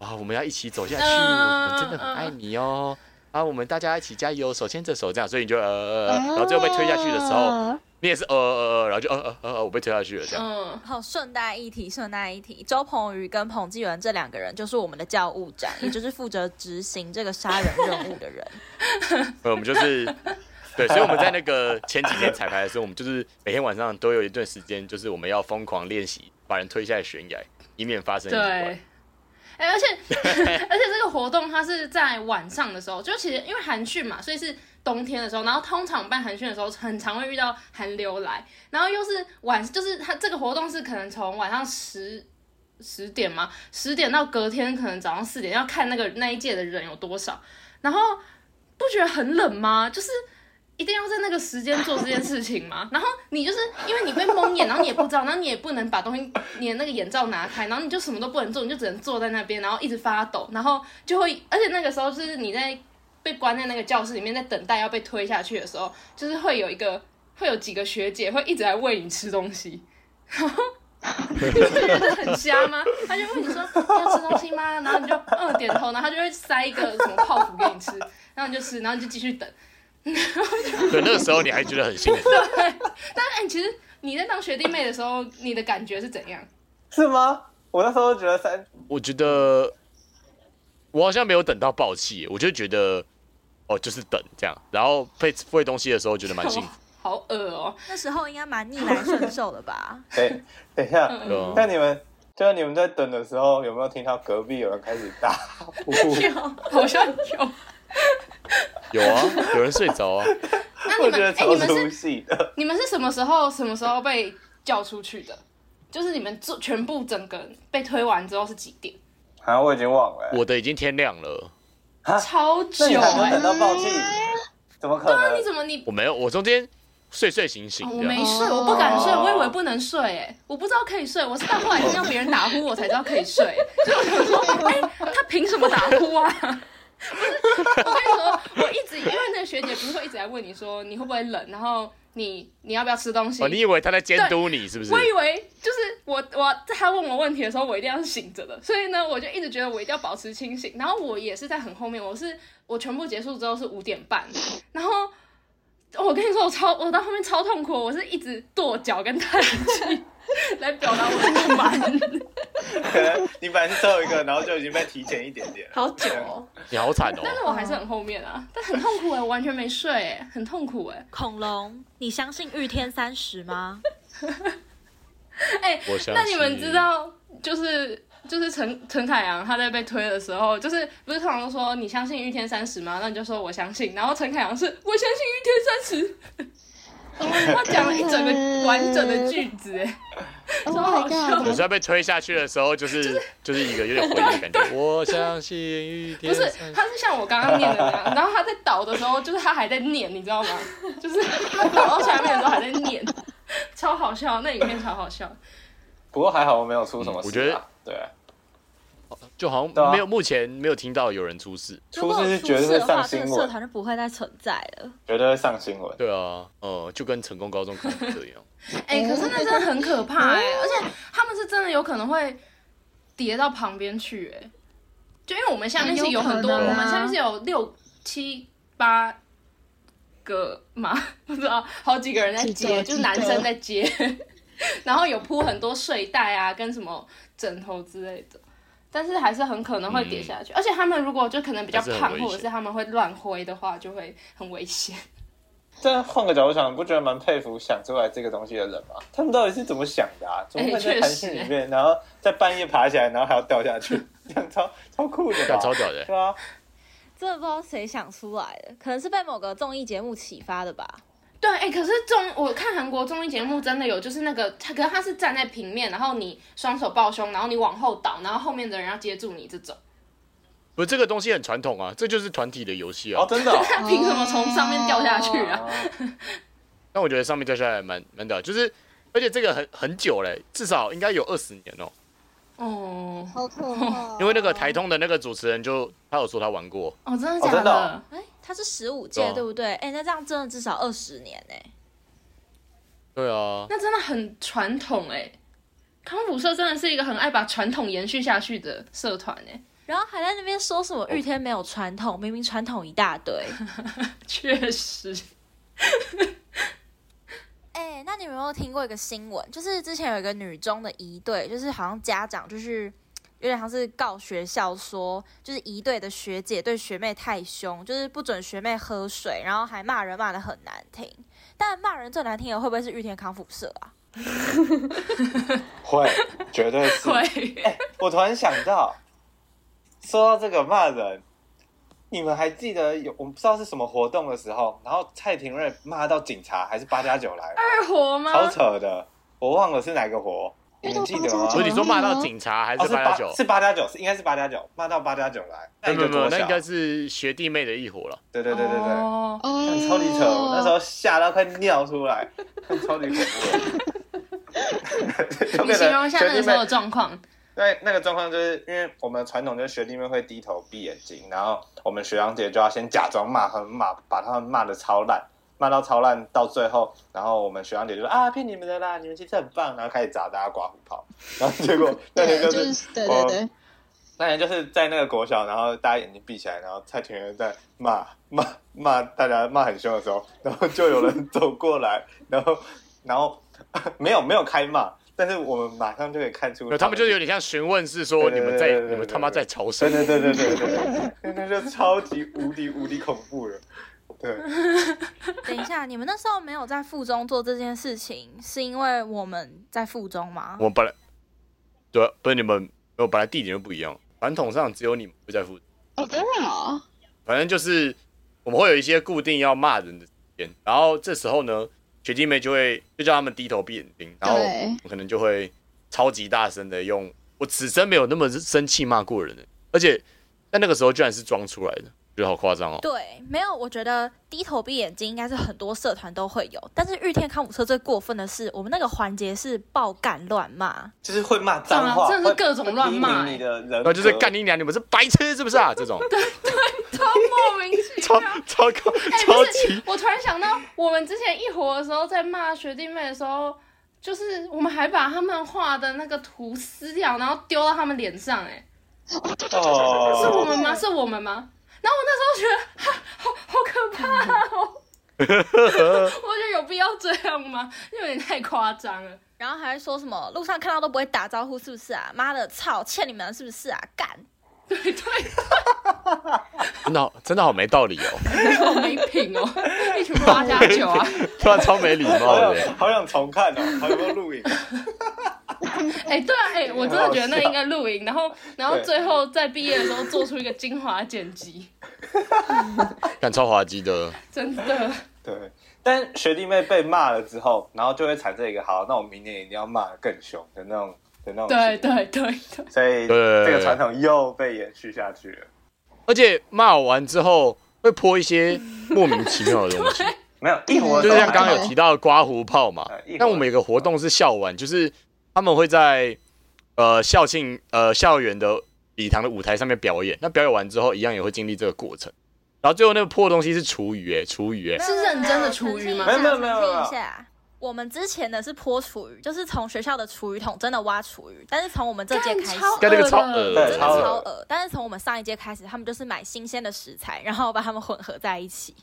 Speaker 3: 啊，我们要一起走下去，
Speaker 2: 嗯
Speaker 3: 我我真的很爱你哦，啊，我们大家一起加油，手牵着手这样，所以你就呃呃，呃，
Speaker 2: 哦
Speaker 3: 然后最后被推下去的时候，
Speaker 5: 啊哦
Speaker 3: 你也是呃呃呃，然后就呃呃呃呃，我被推下去了这样，
Speaker 2: 嗯，
Speaker 4: 好，顺带一提，顺带一提，周鹏宇跟彭继伦这两个人就是我们的教务长，也就是负责执行这个杀人任务的 人。
Speaker 3: 呃 我们就是。对，所以我们在那个前几天彩排的时候，我们就是每天晚上都有一段时间，就是我们要疯狂练习把人推下悬崖，以免发生意
Speaker 2: 对。
Speaker 3: 外。
Speaker 2: 哎、而且 而且这个活动它是在晚上的时候，就其实因为寒训嘛，所以是冬天的时候，然后通常我们办寒训的时候，很常会遇到寒流来，然后又是晚，就是它这个活动是可能从晚上十。十点嘛，十点到隔天可能早上四点，要看那个那一届的人有多少。然后不觉得很冷吗？就是一定要在那个时间做这件事情吗？然后你就是因为你被蒙眼，然后你也不知道，然后你也不能把东西，你的那个眼罩拿开，然后你就什么都不能做，你就只能坐在那边，然后一直发抖，然后就会，而且那个时候就是你在被关在那个教室里面，在等待要被推下去的时候，就是会有一个会有几个学姐会一直来喂你吃东西， 然后。你不觉得很瞎吗？他就问你说你要吃东西吗？然后你就嗯点头，然后他就会塞一个什么泡芙给你吃，然后你就吃，然后你就继续等。
Speaker 3: 对，那个时候你还觉得 很幸福。
Speaker 2: 但哎、其实你在当学弟妹的时候，你的感觉是怎样？
Speaker 1: 是吗？我那时候觉得三
Speaker 3: 我觉得我好像没有等到爆气，我就觉得哦，就是等这样，然后配喂东西的时候觉得蛮 幸福。
Speaker 2: 好恶哦、
Speaker 4: 那时候应该蛮逆来顺受的吧？
Speaker 1: 哎， 等一下，
Speaker 2: 嗯
Speaker 3: 对啊
Speaker 1: 那你们就是你们在等的时候，有没有听到隔壁有人开始大 呼？
Speaker 2: 好 像有。
Speaker 3: 有啊，有人睡着啊，
Speaker 2: 那
Speaker 1: 我
Speaker 2: 你
Speaker 1: 觉得
Speaker 2: 们，哎、
Speaker 1: 超
Speaker 2: 你们
Speaker 1: 出
Speaker 2: 是
Speaker 1: 戏的。
Speaker 2: 你们是什么时候什么时候被叫出去的？就是你们做全部整个被推完之后是几点？
Speaker 1: 啊，我已经忘了、欸。
Speaker 3: 我的已经天亮了，
Speaker 2: 超
Speaker 1: 那你
Speaker 2: 久
Speaker 1: 还
Speaker 2: 哎、
Speaker 1: 能等到爆气？怎么可
Speaker 2: 对啊，
Speaker 1: 能
Speaker 2: 你？怎么你、
Speaker 3: 我没有，我中间睡睡醒醒
Speaker 2: 哦我
Speaker 3: 这
Speaker 2: 没
Speaker 3: 样。
Speaker 2: 睡，
Speaker 5: 哦
Speaker 2: 我不敢睡，我以为不能睡哎、我不知道可以睡，我是到后来听到别人打呼，我才知道可以睡、 所以我想说，哎、他凭什么打呼啊？不是，我跟你说，我一直因为那个学姐不是会一直来问你说你会不会冷，然后你你要不要吃东西？
Speaker 3: 哦，你以为他在监督你是不是？
Speaker 2: 我以为就是我我在他问我问题的时候，我一定要是醒着的，所以呢，我就一直觉得我一定要保持清醒。然后我也是在很后面，我是我全部结束之后是五点半，然后我跟你说，我超我到后面超痛苦，我是一直跺脚跟叹气来表达我的不满。
Speaker 1: 可能 你本来是最后一个，然后就已经被提前一点点了。
Speaker 6: 好久哦，
Speaker 3: 你好惨
Speaker 2: 但
Speaker 3: 哦，
Speaker 2: 是我还是很后面啊，但很痛苦哎、我完全没睡哎、很痛苦哎、
Speaker 4: 恐龙，你相信御天三十吗？
Speaker 2: 哎、
Speaker 3: 我相信
Speaker 2: 那你们知道，就是就是陈陈凯阳他在被推的时候，就是不是通常都说你相信御天三十吗？那你就说我相信，然后陈凯阳是我相信御天三十，他讲了一整个完整的句子，哎，
Speaker 5: Oh
Speaker 2: 超好
Speaker 5: my
Speaker 2: 笑
Speaker 5: god！
Speaker 3: 有时候被推下去的时候，就是就是一个有点回忆的感觉。我相信雨
Speaker 2: 不
Speaker 3: 天
Speaker 2: 是
Speaker 3: 三，
Speaker 2: 他是像我刚刚念的那样，然后他在倒的时候，就是他还在念，你知道吗？就是他倒到下面的时候还在念，超好笑，那影片超好笑。
Speaker 1: 不过还好我没有出什么事、啊
Speaker 3: 嗯我觉得
Speaker 1: 对啊，
Speaker 3: 就好
Speaker 1: 对
Speaker 3: 像
Speaker 1: 啊
Speaker 3: 没有，目前没有听到有人出事。
Speaker 4: 如
Speaker 1: 出
Speaker 4: 果
Speaker 1: 事是
Speaker 4: 有
Speaker 1: 绝对
Speaker 4: 出事
Speaker 1: 会
Speaker 4: 的
Speaker 1: 上
Speaker 4: 话，这
Speaker 1: 新
Speaker 4: 个社
Speaker 1: 闻，
Speaker 4: 团就不会再存在了。
Speaker 1: 绝对会上新闻。
Speaker 3: 对啊，呃，就跟成功高中看这样，
Speaker 2: 哎、
Speaker 5: 哦
Speaker 2: 可是那真的很可怕哎、而且他们是真的有可能会跌到旁边去哎、就因为我们下面是有很多，
Speaker 5: 很有可能
Speaker 2: 我
Speaker 5: 啊
Speaker 2: 们下面是有六七八个嘛， 不知道好几个人在
Speaker 5: 几个
Speaker 2: 接，就是
Speaker 5: 几个
Speaker 2: 男生在接， 然后有铺很多睡袋啊，跟什么枕头之类的。但是还是很可能会跌下去，而且他们如果就可能比较
Speaker 3: 嗯还是很
Speaker 2: 胖，
Speaker 3: 危险
Speaker 2: 或者是他们会乱挥的话，就会很危险。
Speaker 1: 这样换个角度想，你不觉得蛮佩服想出来这个东西的人吗？他们到底是怎么想的啊？怎么会在
Speaker 2: 确
Speaker 1: 盘
Speaker 2: 实
Speaker 1: 训里面，然后在半夜爬起来，然后还要掉下去，这样超超酷的吧
Speaker 3: 干？超屌的欸。
Speaker 1: 对啊，
Speaker 4: 真的不知道谁想出来的，可能是被某个综艺节目启发的吧。
Speaker 2: 对，哎、可是综我看韩国综艺节目真的有，就是那个他，可是他是站在平面，然后你双手抱胸，然后你往后倒，然后后面的人要接住你这种。
Speaker 3: 不是这个东西很传统啊，这就是团体的游戏啊
Speaker 1: 哦，。真的哦、哦
Speaker 2: 他凭什么从上面掉下
Speaker 5: 哦
Speaker 2: 去啊？
Speaker 3: 但我觉得上面掉下来蛮蛮屌的，就是而且这个很很久嘞，至少应该有二十年哦、
Speaker 2: 哦
Speaker 5: 好可 怕！
Speaker 3: 因为那个台通的那个主持人就他有说他玩过，
Speaker 2: 哦，真的假
Speaker 1: 哦真的哦
Speaker 4: 哎、他是十五
Speaker 3: 对
Speaker 4: 届
Speaker 3: 啊
Speaker 4: 对不对？哎、那这样真的至少二十年哎、
Speaker 3: 对
Speaker 1: 哦
Speaker 3: 啊，
Speaker 2: 那真的很传统哎、康复社真的是一个很爱把传统延续下去的社团哎、
Speaker 4: 然后还在那边说什么御天没有传统，明明传统一大堆。
Speaker 2: 确实。
Speaker 4: 哎、那你有没有听过一个新闻？就是之前有一个女中的仪队，就是好像家长就是有点像是告学校说，就是仪队的学姐对学妹太凶，就是不准学妹喝水，然后还骂人骂的很难听。但骂人最难听的会不会是御天康复社啊？
Speaker 1: 会，绝对是。
Speaker 2: 对，
Speaker 1: 我突然想到，说到这个骂人，你们还记得有我们不知道是什么活动的时候，然后蔡廷瑞骂到警察还是八加九来了，
Speaker 2: 二活吗？
Speaker 1: 超扯的，我忘了是哪个活，你们记得吗？
Speaker 5: 遇
Speaker 3: 所
Speaker 5: 到
Speaker 3: 以你说骂到警察还
Speaker 1: 哦
Speaker 3: 是八加
Speaker 1: 八
Speaker 3: 九？
Speaker 1: 是八加九，是应该是八加九，骂到八加九来，那
Speaker 3: 没
Speaker 1: 你
Speaker 3: 有
Speaker 1: 就
Speaker 3: 没有，
Speaker 1: 多
Speaker 3: 那应
Speaker 1: 小？
Speaker 3: 该是学弟妹的一伙了。
Speaker 1: 对对对对对，
Speaker 2: 哦
Speaker 5: 哦
Speaker 1: 看超级扯，我那时候吓到快尿出来，看超级恐怖 的。就
Speaker 2: 你
Speaker 1: 变
Speaker 2: 形
Speaker 1: 成
Speaker 2: 容一下
Speaker 1: 学
Speaker 2: 那个
Speaker 1: 弟
Speaker 2: 时候
Speaker 1: 妹
Speaker 2: 的状况。
Speaker 1: 对，那个状况就是因为我们传统就是学弟妹会低头闭眼睛，然后我们学长姐就要先假装骂他们骂，把他们骂的超烂，骂到超烂，到最后，然后我们学长姐就说啊骗你们的啦，你们其实很棒，然后开始砸大家刮胡泡，然后结果那天
Speaker 5: 对，
Speaker 1: 就
Speaker 5: 就是是对
Speaker 1: 我
Speaker 5: 对对，
Speaker 1: 那天就是在那个国小，然后大家眼睛闭起来，然后蔡廷元在骂骂骂大家骂很凶 的时候，然后就有人走过来，然后然后没有没有开骂，但是我们马上就可以看出
Speaker 3: 没有他们就是有点像询问是说你
Speaker 1: 嗯对对
Speaker 3: 们在
Speaker 1: 对对对
Speaker 3: 你们他妈在吵什
Speaker 1: 对
Speaker 3: 么？
Speaker 1: 对对对对对，那那就超级无敌无敌恐怖了。对，
Speaker 4: 等一下，你们那时候没有在附中做这件事情，是因为我们在附中吗
Speaker 3: 我？们本来对啊，不是你们，我本来地点就不一样，传统上只有你们会在附近，
Speaker 5: 哦，真的哦，
Speaker 3: 反正就是我们会有一些固定要骂人的时间，然后这时候呢，学弟妹就会就叫他们低头闭眼睛，然后
Speaker 5: 对
Speaker 3: 我可能就会超级大声的用我此生没有那么生气骂过人的，而且在那个时候居然是装出来的，觉得好夸张哦。
Speaker 4: 对，没有。我觉得低头闭眼睛应该是很多社团都会有，但是日天康复社最过分的是，我们那个环节是爆干乱骂，
Speaker 1: 就是会骂脏话，
Speaker 2: 真的是各种乱
Speaker 1: 会
Speaker 2: 骂
Speaker 1: 批评你的人
Speaker 3: 然后
Speaker 1: 格，
Speaker 3: 就是干你娘，你们是白痴是不是啊？这种
Speaker 2: 超莫名其
Speaker 3: 超
Speaker 2: 妙。
Speaker 3: 超高
Speaker 2: 哎，
Speaker 3: 超
Speaker 2: 不
Speaker 3: 级
Speaker 2: 是，我突然想到，我们之前一伙的时候，在骂学弟妹的时候，就是我们还把他们画的那个图撕掉，然后丢到他们脸上、哎，
Speaker 1: 哦，
Speaker 2: 是我们吗？是我们吗？然后我那时候觉得，哈，好好可怕哦！ 我觉得有必要这样吗？有点太夸张了。
Speaker 4: 然后还会说什么路上看到都不会打招呼，是不是啊？妈的，操，欠你们是不是啊？干，
Speaker 2: 对对，
Speaker 3: 真的好真的好没道理哦，
Speaker 2: 好没品哦， 一群八加九啊！
Speaker 3: 突然超没礼貌
Speaker 1: 好
Speaker 3: 的。
Speaker 1: 想好想重看哦，还有没有录影？
Speaker 2: 哎、对啊，哎、我真的觉得那应该录影，然后然后最后在毕业的时候做出一个精华剪辑，
Speaker 3: 看超滑稽的，
Speaker 2: 真的。
Speaker 1: 对，但学弟妹被骂了之后，然后就会产生一个好，那我明年一定要骂得更凶的那种的那种。
Speaker 2: 对，对对对，
Speaker 1: 所以
Speaker 3: 对
Speaker 1: 这个传统又被延续下去了。
Speaker 3: 而且骂完之后会泼一些莫名其妙的东西，
Speaker 1: 没有一活
Speaker 3: 就
Speaker 1: 都还
Speaker 3: 是像刚刚有提到的刮胡泡嘛
Speaker 1: 呃一会。儿
Speaker 3: 但我们有个活动是校晚，就是他们会在呃校庆呃校园的礼堂的舞台上面表演。那表演完之后，一样也会经历这个过程。然后最后那个泼的东西是厨余，哎，厨余，哎，
Speaker 2: 是认真的厨余吗
Speaker 4: 澄清一下
Speaker 1: 没有没有没有
Speaker 4: 澄清
Speaker 1: 没
Speaker 4: 一
Speaker 1: 有
Speaker 4: 下。我们之前的是泼厨余，就是从学校的厨余桶真的挖厨余，但是从我们这届
Speaker 2: 干
Speaker 4: 开始，
Speaker 2: 超
Speaker 3: 干那个超
Speaker 2: 恶
Speaker 1: 的
Speaker 3: 恶
Speaker 4: 真的
Speaker 3: 的，
Speaker 1: 超恶
Speaker 4: 超恶。但是从我们上一届开始，他们就是买新鲜的食材，然后把它们混合在一起。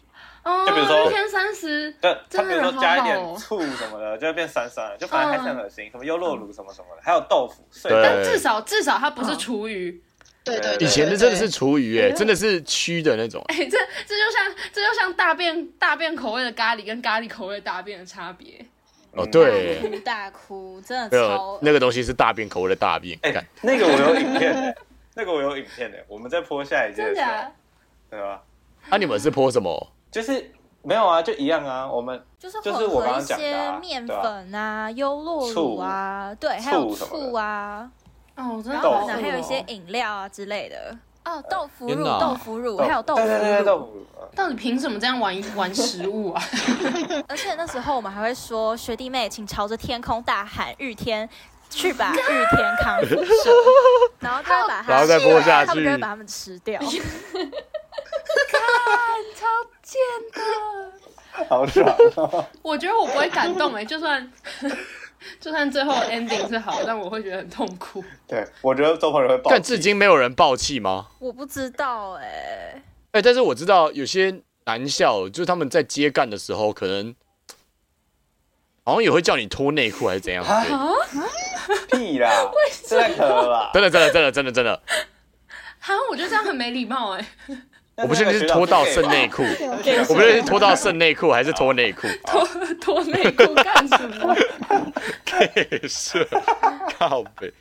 Speaker 2: 哦，
Speaker 1: 就比如说
Speaker 2: 一天三十，
Speaker 1: 对，他
Speaker 2: 真
Speaker 1: 比
Speaker 2: 的
Speaker 1: 如
Speaker 2: 人
Speaker 1: 说加一
Speaker 2: 好好
Speaker 1: 点
Speaker 2: 哦
Speaker 1: 醋什么的，就会变酸酸的，就反正还是很恶心。什么优
Speaker 2: 嗯
Speaker 1: 酪乳什么什么的，还有豆腐碎
Speaker 3: 对
Speaker 1: 蛋
Speaker 2: 但至少至少它不是厨余。
Speaker 5: 对对
Speaker 1: 对
Speaker 3: 以前的真的是厨余，哎，真的是蛆的那 种。
Speaker 2: 哎、这这就像这就像大便大便口味的咖喱跟咖喱口味的大便的差别。
Speaker 3: 哦，对，
Speaker 4: 哭大哭，真
Speaker 3: 没
Speaker 4: 的超
Speaker 3: 有那个东西是大便口味的大便，
Speaker 1: 哎、
Speaker 3: 干
Speaker 1: 那个我有影 片的，那个我有影片的。我们在播下一届
Speaker 2: 真
Speaker 1: 的时
Speaker 2: 的、
Speaker 1: 候，
Speaker 2: 啊，
Speaker 1: 对吧？
Speaker 3: 那啊你们是泼什么？
Speaker 1: 就是没有啊，就一样啊。我们
Speaker 4: 就是
Speaker 1: 就是
Speaker 4: 混
Speaker 1: 我刚
Speaker 4: 合
Speaker 1: 刚
Speaker 4: 一
Speaker 1: 讲的啊
Speaker 4: 些面粉啊、优酪乳啊，对，还有醋啊，
Speaker 2: 哦，真的
Speaker 4: 然
Speaker 1: 豆
Speaker 4: 后
Speaker 1: 腐
Speaker 4: 可能
Speaker 2: 恶
Speaker 4: 还有一
Speaker 2: 哦
Speaker 4: 些饮料啊之类的。哦，豆腐
Speaker 3: 天
Speaker 4: 乳、
Speaker 3: 哪
Speaker 4: 豆腐乳，还有豆腐
Speaker 1: 对对对对豆
Speaker 4: 乳。
Speaker 1: 腐乳，嗯
Speaker 2: 到底凭什么这样玩 玩食物啊？
Speaker 4: 而且那时候我们还会说，学弟妹，请朝着天空大喊“日天”，去把日天康复社， 然后他会把它，
Speaker 3: 然后再播下去
Speaker 4: 他们就会把它们吃掉。
Speaker 2: 超贱的！
Speaker 1: 好爽、哦。
Speaker 2: 我觉得我不会感动哎、就算 就算最后 ending 是好，但我会觉得很痛苦。
Speaker 1: 对，我觉得周鹏仁会爆
Speaker 3: 但至今没有人爆气吗？
Speaker 4: 我不知道哎、
Speaker 3: 哎、但是我知道有些男校，就是他们在接干的时候，可能好像也会叫你脱内裤还是怎样。
Speaker 1: 啊屁 啦，这太可恶了吧。
Speaker 3: 真的，真的，真的，真的，真 的，
Speaker 2: 哈，我觉得这样很没礼貌哎、
Speaker 3: 我不确定是啊脱到剩内裤，我不确定是脱到剩内裤还是脱内 裤。
Speaker 2: 脱 脱内裤干什么？
Speaker 3: 是，靠北。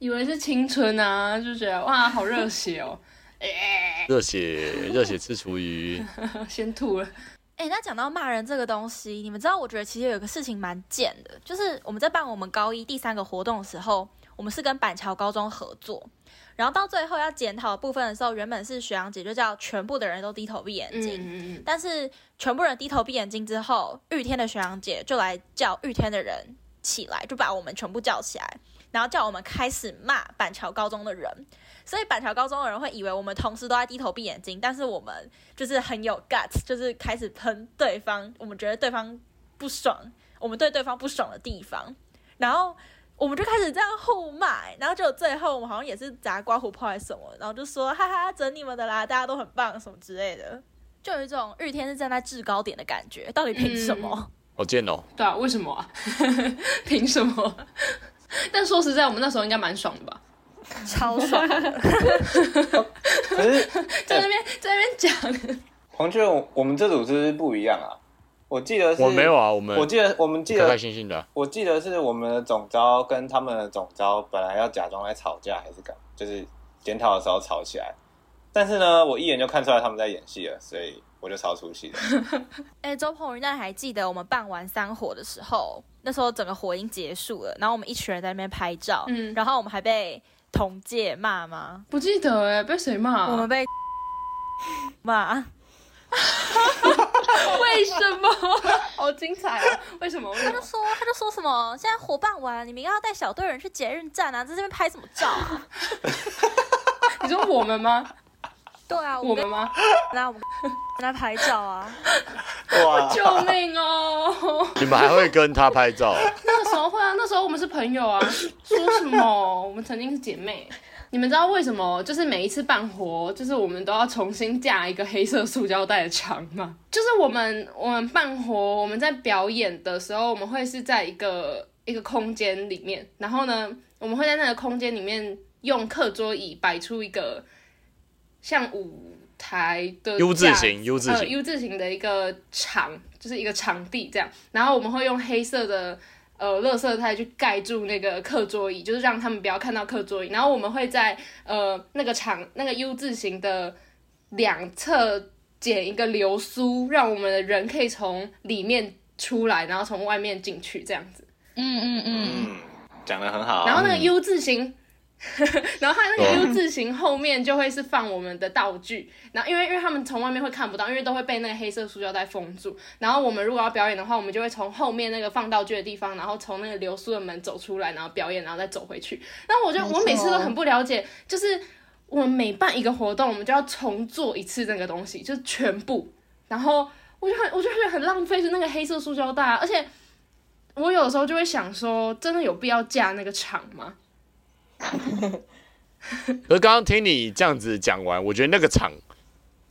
Speaker 2: 以为是青春啊，就觉得哇，好热血哦！ 哎、
Speaker 3: 热血，热血吃厨余，
Speaker 2: 先吐了。
Speaker 4: 哎、那讲到骂人这个东西，你们知道，我觉得其实有个事情蛮贱的，就是我们在办我们高一第三个活动的时候，我们是跟板桥高中合作，然后到最后要检讨的部分的时候，原本是学长姐就叫全部的人都低头闭眼
Speaker 2: 嗯
Speaker 4: 睛，
Speaker 2: 嗯嗯，
Speaker 4: 但是全部人低头闭眼睛之后，玉天的学长姐就来叫玉天的人起来，就把我们全部叫起来，然后叫我们开始骂板桥高中的人。所以板桥高中的人会以为我们同时都在低头闭眼睛，但是我们就是很有 guts，就是开始喷对方，我们觉得对方不爽，我们对对方不爽的地方，然后。我们就开始这样互骂、然后就最后我们好像也是砸刮胡泡还是什么，然后就说哈哈整你们的啦，大家都很棒什么之类的。就有一种日天是站在制高点的感觉，到底凭什么？
Speaker 7: 好贱哦！
Speaker 2: 对啊，为什么 啊？凭什么？ 但说实在，我们那时候应该蛮爽的吧？
Speaker 4: 超爽的。
Speaker 1: 可是
Speaker 2: 在那边在那边讲，
Speaker 1: 黄俊，我我们这组是不是不一样啊？我记得是
Speaker 7: 我没有，啊，我们
Speaker 1: 我记得我们记
Speaker 7: 开
Speaker 1: 得
Speaker 7: 开心心的啊、
Speaker 1: 我记得是我们的总招跟他们的总招本来要假装来吵架，还是干嘛，就是检讨的时候吵起来。但是呢，我一眼就看出来他们在演戏了，所以我就超出戏 了。
Speaker 4: 哎、周鹏宇，那还记得我们办完三火的时候，那时候整个火已经结束了，然后我们一群人在那边拍照，
Speaker 2: 嗯
Speaker 4: 然后我们还被同届骂吗？
Speaker 2: 不记得哎、被谁骂、
Speaker 4: 我们被骂，
Speaker 2: 为什么？ 好精彩啊！ 为什么？为什
Speaker 4: 他
Speaker 2: 么
Speaker 4: 就？说他就说什么，现在火办完，你们要带小队人去捷运站啊，在这边拍什么照啊？
Speaker 2: 你说我们吗？
Speaker 4: 对 啊，
Speaker 2: 我
Speaker 4: 跟
Speaker 2: 们吗？
Speaker 4: 那我们跟他拍照啊，
Speaker 1: 哇，
Speaker 2: 救命哦！
Speaker 7: 你们还会跟他拍 照？
Speaker 2: 那时候会啊，那时候我们是朋友啊，说什么？我们曾经是姐妹。你们知道为什么？就是每一次办活，就是我们都要重新架一个黑色塑胶袋的墙吗？就是我们我们办活，我们在表演的时候，我们会是在一个一个空间里面，然后呢，我们会在那个空间里面用课桌椅摆出一个像舞台的
Speaker 7: U 字
Speaker 2: 架
Speaker 7: 形
Speaker 2: 子
Speaker 7: U 字
Speaker 2: 呃
Speaker 7: 形
Speaker 2: U 字形的一个场，就是一个场地这样。然后我们会用黑色的呃乐色袋去盖住那个课桌椅，就是让他们不要看到课桌椅。然后我们会在呃那个场那个 U 字形的两侧剪一个流苏，让我们的人可以从里面出来，然后从外面进去这样子。
Speaker 5: 嗯嗯嗯，
Speaker 1: 嗯，讲的很好。
Speaker 2: 然后那个 U 字形， 然后它那个
Speaker 7: 对
Speaker 2: U 字形后面就会是放我们的道具，然后因为因为他们从外面会看不到，因为都会被那个黑色塑胶袋封住。然后我们如果要表演的话，我们就会从后面那个放道具的地方，然后从那个流苏的门走出来，然后表演，然后再走回去。那我就
Speaker 5: 没
Speaker 2: 我每次
Speaker 5: 错
Speaker 2: 都很不了解，就是我们每办一个活动，我们就要重做一次那个东西，就是全部。然后我就很我就觉得很浪费，是那个黑色塑胶袋、啊，而且。我有时候就会想说，真的有必要架那个场吗？
Speaker 7: 可是刚刚听你这样子讲完，我觉得那个场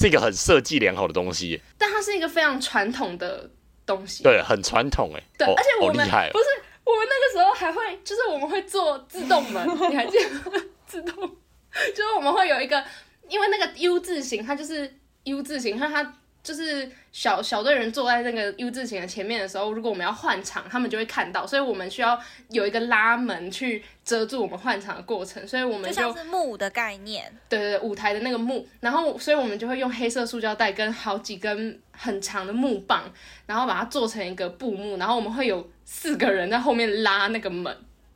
Speaker 7: 是一个很设计良好的东西耶，
Speaker 2: 但它是一个非常传统的东西。
Speaker 7: 对，很传统哎，
Speaker 2: 对
Speaker 7: 哦
Speaker 2: 而且我
Speaker 7: 好
Speaker 2: 们
Speaker 7: 厉害
Speaker 2: 不
Speaker 7: 哦，
Speaker 2: 是我们那个时候还会，就是我们会做自动 门，你还记得吗？自动，就是我们会有一个，因为那个 U 字形，它就是 U 字形，它它就是小小队人坐在那个 U 字形的前面的时候，如果我们要换场，他们就会看到，所以我们需要有一个拉门去遮住我们换场的过程，所以我们
Speaker 4: 就像是幕的概念。
Speaker 2: 对对对，舞台的那个幕，然后所以我们就会用黑色塑胶袋跟好几根很长的木棒，然后把它做成一个布幕，然后我们会有四个人在后面拉那个门，